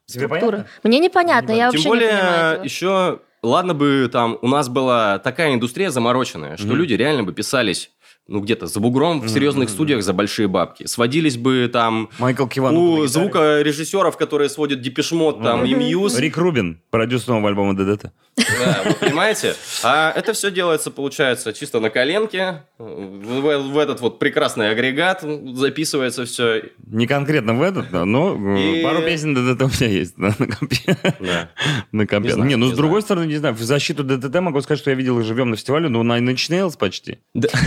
Тебе
структуры.
понятно?
Мне непонятно, я
Тем
вообще
Тем более,
не понимаю этого.
еще, ладно бы там у нас была такая индустрия замороченная, что
Мгм.
люди реально бы писались, ну, где-то за бугром в
Мгм,
серьезных
мгм,
студиях за большие бабки. Сводились бы там
Майкл Киван.
у звукорежиссеров, которые сводят депешмот, там,
Мгм.
и Мьюз.
Рик Рубин, продюсер нового альбома ДДТ.
Да, вы понимаете? А это все делается, получается, чисто на коленке, в, в- в этот вот прекрасный агрегат записывается все.
Не конкретно в этот, да, но э,
И-
пару песен ДДТ у меня есть да, на компе. На компе.
Не знаю,
не, ну
не
с другой стороны, не знаю, в защиту ДТТ могу сказать, что я видел их живем на фестивале, ну, на Nine Inch Nails почти.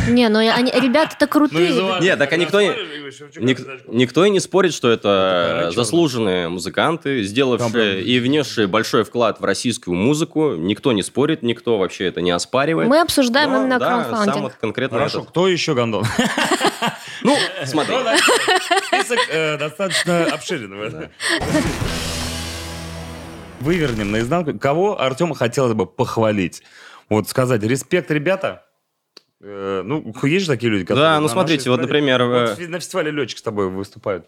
Не, ну я- они, ребята-то
Ну,
крутые.
Нет, так а никто не- Ник- никто и не спорит, что
Ну, такая
это
черная.
заслуженные музыканты,
Там прям-
сделавшие и внесшие большой вклад в российскую музыку. Никто не спорит, никто вообще это не оспаривает.
Мы обсуждаем
Но,
именно
Ну, да, сам
краудфандинг.
вот конкретно
Хорошо,
этот.
кто еще гондон?
Ну, смотри.
Ну, да, Список э, достаточно обширен. в этом. Вывернем наизнанку. Кого Артема хотелось бы похвалить? Вот сказать, респект, ребята. Э, Ну, есть же такие люди, которые...
Да, ну
на нашей
смотрите, вот,
эстраде-
например, э,
Вот фе- на фестивале летчик с тобой выступают.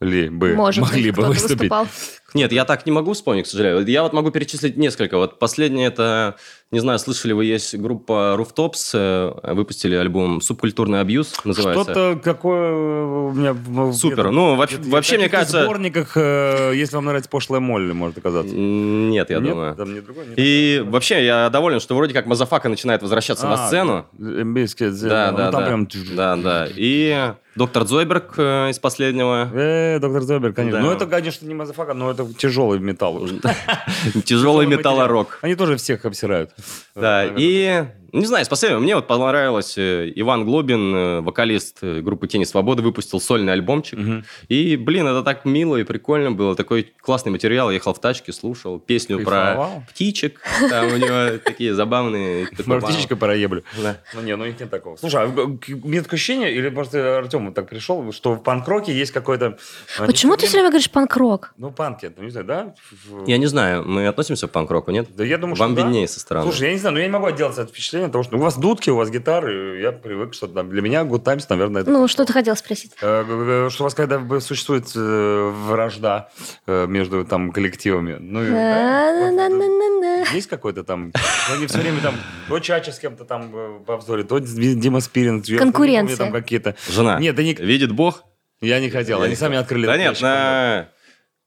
Ли бы,
Может быть,
могли бы
кто-то
выступить.
выступал.
Нет, я так не могу вспомнить, к сожалению. Я вот могу перечислить несколько. Вот последнее это, не знаю, слышали вы, есть группа Rooftops, э, выпустили альбом «Субкультурный абьюз», называется.
Что-то какое э, у меня... в-
Супер.
где-то-
Ну, вообще,
где-то
вообще
в
мне
каких-то
кажется...
сборниках, э, если вам нравится пошлая Молли, может оказаться.
М, Нет, я
Нет?
думаю.
Там не другой, не
И вообще, я доволен, что вроде как Мазафака начинает возвращаться на
А,
сцену.
Эмбийские дзен.
Да,
Ну,
да,
там
да.
прям...
Да, да. И доктор Зойберг э, из последнего.
Э, доктор Зобер, конечно.
Да.
Ну, это, конечно, не мазафака, но это тяжелый металл.
Тяжелый
Тяжелый
металлорок.
Они тоже всех обсирают. Э,
Да,
Наверное.
и ну, не знаю, из последнего мне вот понравилось э, Иван Глобин, э, вокалист э, группы Тени Свободы, выпустил сольный альбомчик.
Мгм.
И, блин, это так мило и прикольно было. Такой классный материал. Ехал в тачке, слушал песню
Кайфовал.
про птичек. Там у него такие забавные. Ты такой, вау.
Практически проеблю.
Да.
Ну, не, ну их нет такого. Слушай, а в- к- у меня такое ощущение, или, может, Артем так пришел, что в панк-роке есть какой-то... э,
Почему ты
некий-
все время говоришь панк-рок?
Ну, панки, ну, не знаю, да? В-
Я не знаю, мы относимся к панк-року, нет?
Да я думаю, что
Вам
да.
виднее со стороны.
Слушай, я не знаю, но я не могу отделаться от впечатления того, что у вас дудки, у вас гитары, я привык, что там для меня Good Times, наверное, это...
Ну, что ты хотел спросить?
Э, г- г- Что у вас когда бы существует э, вражда э, между там коллективами? Ну, и, да, вот, да.
На-на-на-на-на.
есть какой-то там, ну, они все время там, то Чача с кем-то там э, повздорит, то Ди- Дима Спирин. я не помню,
Конкуренция.
Там какие-то.
Жена.
Нет, да не-
Видит Бог.
я не хотел,
Я
они
не
сами открыли.
А. Да
эту
нет,
вещь.
на-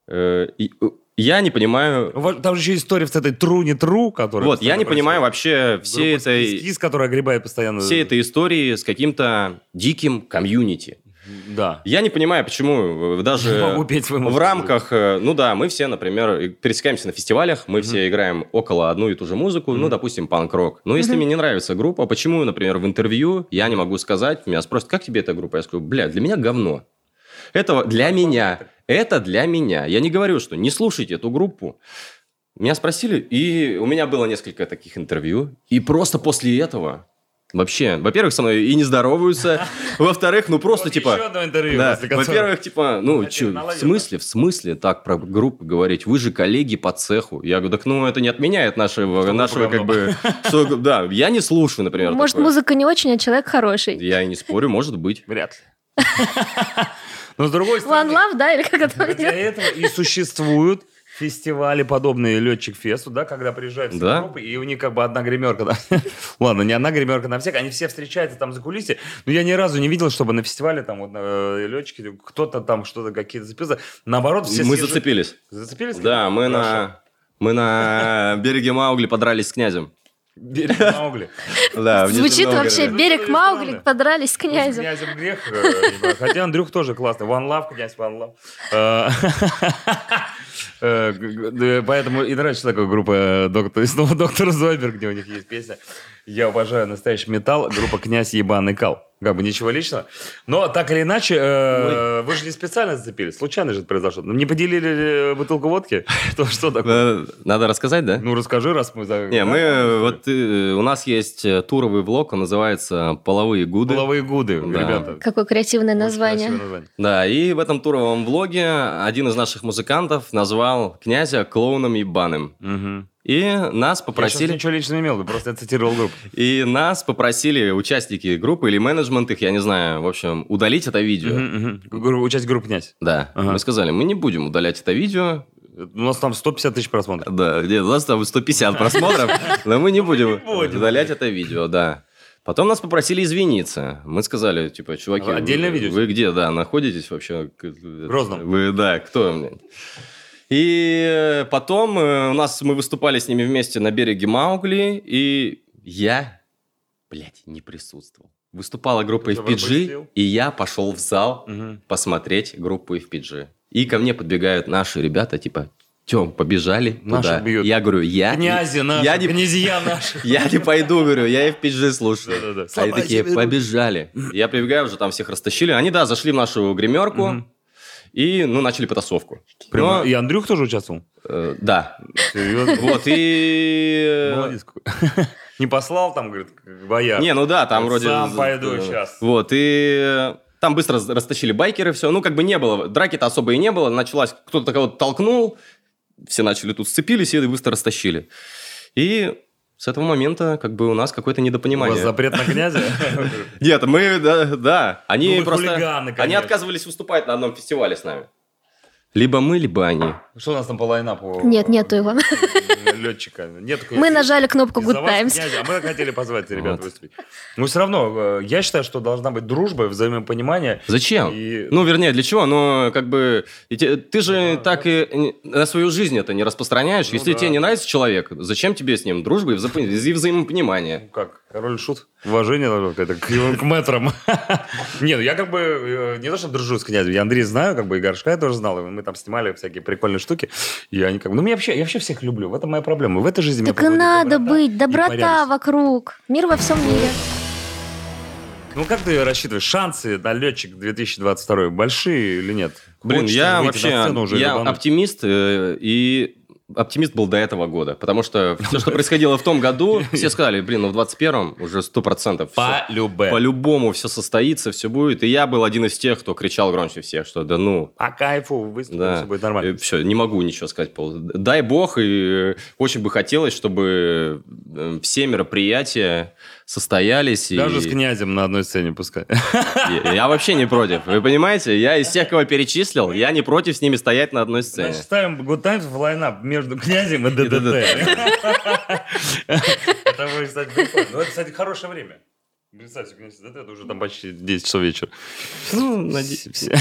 э, и- э, я не понимаю...
У вас- Там же еще история с этой тру не тру, которая...
Вот, я не
постоянно
понимаю
происходит.
вообще всей
Группа
этой,
Скис, которая огребает постоянно.
всей этой истории с каким-то диким комьюнити.
Да.
Я не понимаю, почему э, даже
Не могу петь вы
в
музыку.
рамках... э, Ну да, мы все, например, и- пересекаемся на фестивалях, мы все играем около одну и ту же музыку, ну, допустим, панк-рок. Но если мне не нравится группа, почему, например, в интервью я не могу сказать, меня спросят, как тебе эта группа? Я скажу, бля, для меня говно. Это для меня. Это для меня. Я не говорю, что не слушайте эту группу. Меня спросили, и у меня было несколько таких интервью. И просто после этого вообще, во-первых, со мной и не здороваются, во-вторых, ну просто
Вот
типа...
Еще одно интервью.
Да,
после которого-
Во-первых, типа, ну,
Один
чё, в
наладил,
смысле, в смысле так про группу говорить? Вы же коллеги по цеху. Я говорю, так ну это не отменяет нашего,
группа
нашего
говно.
как бы... что, да, я не слушаю, например,
Может,
такое.
музыка не очень, а человек хороший.
Я и не спорю, может быть.
Вряд ли. Но с другой
One
стороны,
Love, да, или как это
для
идет?
этого и существуют фестивали, подобные летчик фесту, да, когда приезжают все
Да.
группы, и у них как бы одна гримерка. да. Ладно, не одна гримерка на всех, они все встречаются там за кулисы. Но я ни разу не видел, чтобы на фестивале там вот э, летчики, кто-то там что-то какие-то записывал. Наоборот, все
Мы
съезжают-
зацепились.
Зацепились?
Да, мы
Хорошо.
на... Мы на береге Маугли подрались с князем.
Берег Маугли.
Да, в Нижнем
Звучит
Новгороде.
вообще
Ну,
берег
это
Маугли,
странно.
подрались с
С
князем.
князем грех. э, не знаю. Хотя Андрюх тоже классный. One love, князь one love. Э, г- г- э, Поэтому и нравится такая группа э, доктор, и снова доктор Зойберг, где у них есть песня. Я обожаю настоящий металл, группа «Князь ебаный кал». Как бы ничего личного. Но так или иначе, э, вы же не специально зацепились. Случайно же это произошло. Ну, Не поделили э, бутылку водки? Что, что такое?
Э, Надо рассказать, да?
Ну, расскажи, раз мы... за-
Не, мы э, вот э, у нас есть э, туровый влог, он называется "Половые гуды".
Половые гуды,
Да.
ребята.
Какое креативное
Красивое
название.
название.
Да, и в этом туровом влоге один из наших музыкантов назвал князя клоуном ебаным.
Мгм.
И нас
Я щас
попросили,
ничего лично не имел, просто я цитировал группу.
и нас попросили участники группы или менеджмент их, я не знаю, в общем, удалить это видео.
Мгм, мгм. Гру- Участь группы князь.
Да,
Ага.
мы сказали, мы не будем удалять это видео.
У нас там 150 тысяч просмотров.
Да, нет, у нас там 150 просмотров, но мы не будем
будем.
удалять это видео, да. Потом нас попросили извиниться. Мы сказали, типа, чуваки,
Отдельное
вы,
видео?
вы где, да, находитесь вообще? В
Грозном?
Вы, да, кто? блин? И э, потом э, у нас мы выступали с ними вместе на береге Маугли, и я, блядь, не присутствовал. Выступала группа
Ты пропустил?
FPG, и я пошел в зал
Мгм.
посмотреть группу FPG. И ко мне подбегают наши ребята, типа, Тем, побежали
Наши
туда.
бьют.
Я говорю, я...
Князи наши,
я не-
князья наши.
Я не пойду, говорю, я FPG слушаю.
Да-да-да.
Они
Собаки
такие,
ведут.
побежали. Я прибегаю, уже там всех растащили. Они, да, зашли в нашу гримерку
Мгм.
и, ну, начали потасовку.
Прямо.
Но,
Ну, а И Андрюх тоже участвовал?
э, да.
Серьезно?
Вот, и...
Молодец какой. Не послал там, говорит, бояр.
Не, ну да, там
Вот
вроде...
сам пойду
э,
щас.
Вот, и э, там быстро раз- растащили байкеры, все. Ну, как бы не было, драки-то особо и не было. Началась, кто-то кого-то толкнул, все начали тут сцепились и быстро растащили. И с этого момента как бы у нас какое-то
У вас
недопонимание.
запрет на князя?
Нет, мы, да, да. Они
Ну, вы
просто...
хулиганы,
они
конечно.
отказывались выступать на одном фестивале с нами. Либо мы, либо они.
Что у нас там по лайнапу?
Нет, нету его.
Летчика. Нет,
Мы нажали кнопку
Из-за
Good
вас,
Times.
князь, а мы хотели позвать ребят
Вот.
выступить. Но все равно, э, я считаю, что должна быть дружба, и взаимопонимание.
Зачем?
И-
Ну, вернее, для чего? Но как бы и те- ты же
Ну Да,
так и не- на свою жизнь это не распространяешь.
Ну
Если
да.
тебе не нравится человек, зачем тебе с ним дружба и, вза- и
Ну
взаимопонимание?
как, король шут? Уважение должно быть это к, его- к мэтрам. Не, ну я как бы э, не то, что дружу с князем, я Андрей знаю, как бы и Горшка я тоже знал, и мы там снимали всякие прикольные штуки, и они как бы... Ну, меня вообще, я вообще всех люблю, в этом моя проблема, в этой жизни... мне
Так и
приходит
надо
доброта
быть,
и
доброта
порядочность.
вокруг. Мир во всем мире.
Ну, как ты рассчитываешь, шансы на летчик 2022 большие или нет?
Блин,
Хочется выйти
я
на
вообще
сцену уже и
я
рубануть?
оптимист э, и оптимист был до этого года, потому что все, что происходило в том году, все сказали, блин, ну в 21-м уже 100% все.
По-любе.
По-любому все состоится, все будет. И я был один из тех, кто кричал громче всех, что да ну,
По кайфу выступим,
Да.
Э, все будет нормально.
Все, Э, не могу ничего сказать. по поводу. Дай бог, и э, очень бы хотелось, чтобы э, все мероприятия состоялись. и-
Даже с князем на одной сцене пускай.
Я, я вообще не против. Вы понимаете, я из тех, кого перечислил, я не против с ними стоять на одной сцене.
Значит, ставим Good Times в лайнап между князем и ДДТ. Это будет, кстати, прикольно. Ну, это, кстати, хорошее время. Представьте, князь ДДТ, это уже там почти 10 часов вечера.
Ну,
Все- все.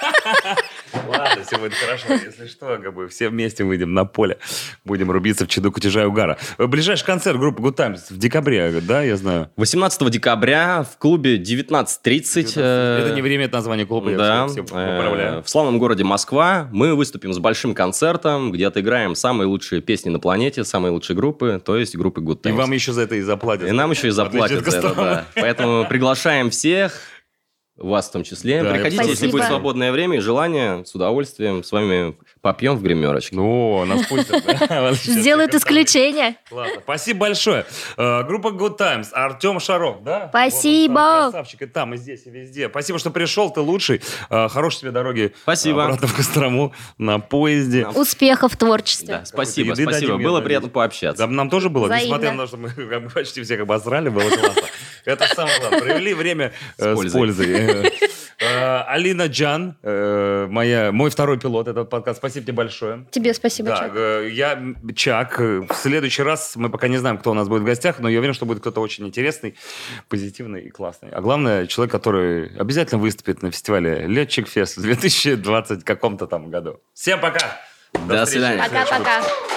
Ладно, все будет хорошо. Если что, как бы все вместе выйдем на поле. Будем рубиться в чаду кутежа и угара. Э, Ближайший концерт группы Good Times в декабре, да, я знаю.
18 декабря в клубе 19.30. э,
Это не время, это название клуба. я
Да,
все- все
э,
поправляю.
в славном городе Москва мы выступим с большим концертом, где отыграем самые лучшие песни на планете, самые лучшие группы, то есть группы Good
И
Times.
вам еще за это и заплатят.
И нам еще и
Отлично,
заплатят за это,
Костромы.
да. Поэтому приглашаем всех. Вас в том числе.
Да,
Приходите, если
Спасибо.
будет свободное время и желание, с удовольствием с вами попьем в гримерочке.
Ну, нас пустят. да?
Сделают исключение.
Ладно, спасибо большое. Э, Группа Good Times, Артем Шаров, да?
Спасибо.
Вот он там Красавчик и там, и здесь, и везде. Спасибо, что пришел, ты лучший. Э, Хорошей тебе дороги
Спасибо.
обратно в Кострому на поезде.
Да.
Успехов в творчестве.
Да, спасибо,
еды
спасибо.
дадим, я
Было
надеюсь.
приятно пообщаться.
Да, нам тоже было,
Взаимно.
несмотря на то, что мы как бы, почти всех обосрали, было классно. Это самое главное. Провели время э,
С
с
пользой.
пользой. Э, э, Алина Джан, э, моя, мой второй пилот этого подкаста. Спасибо тебе большое.
Тебе спасибо,
Да,
Чак.
э, я м, Чак. Э, В следующий раз мы пока не знаем, кто у нас будет в гостях, но я уверен, что будет кто-то очень интересный, позитивный и классный. А главное, человек, который обязательно выступит на фестивале Летчик Фест в 2020 каком-то там году. Всем пока!
До свидания.
встречи в следующем
Пока-пока.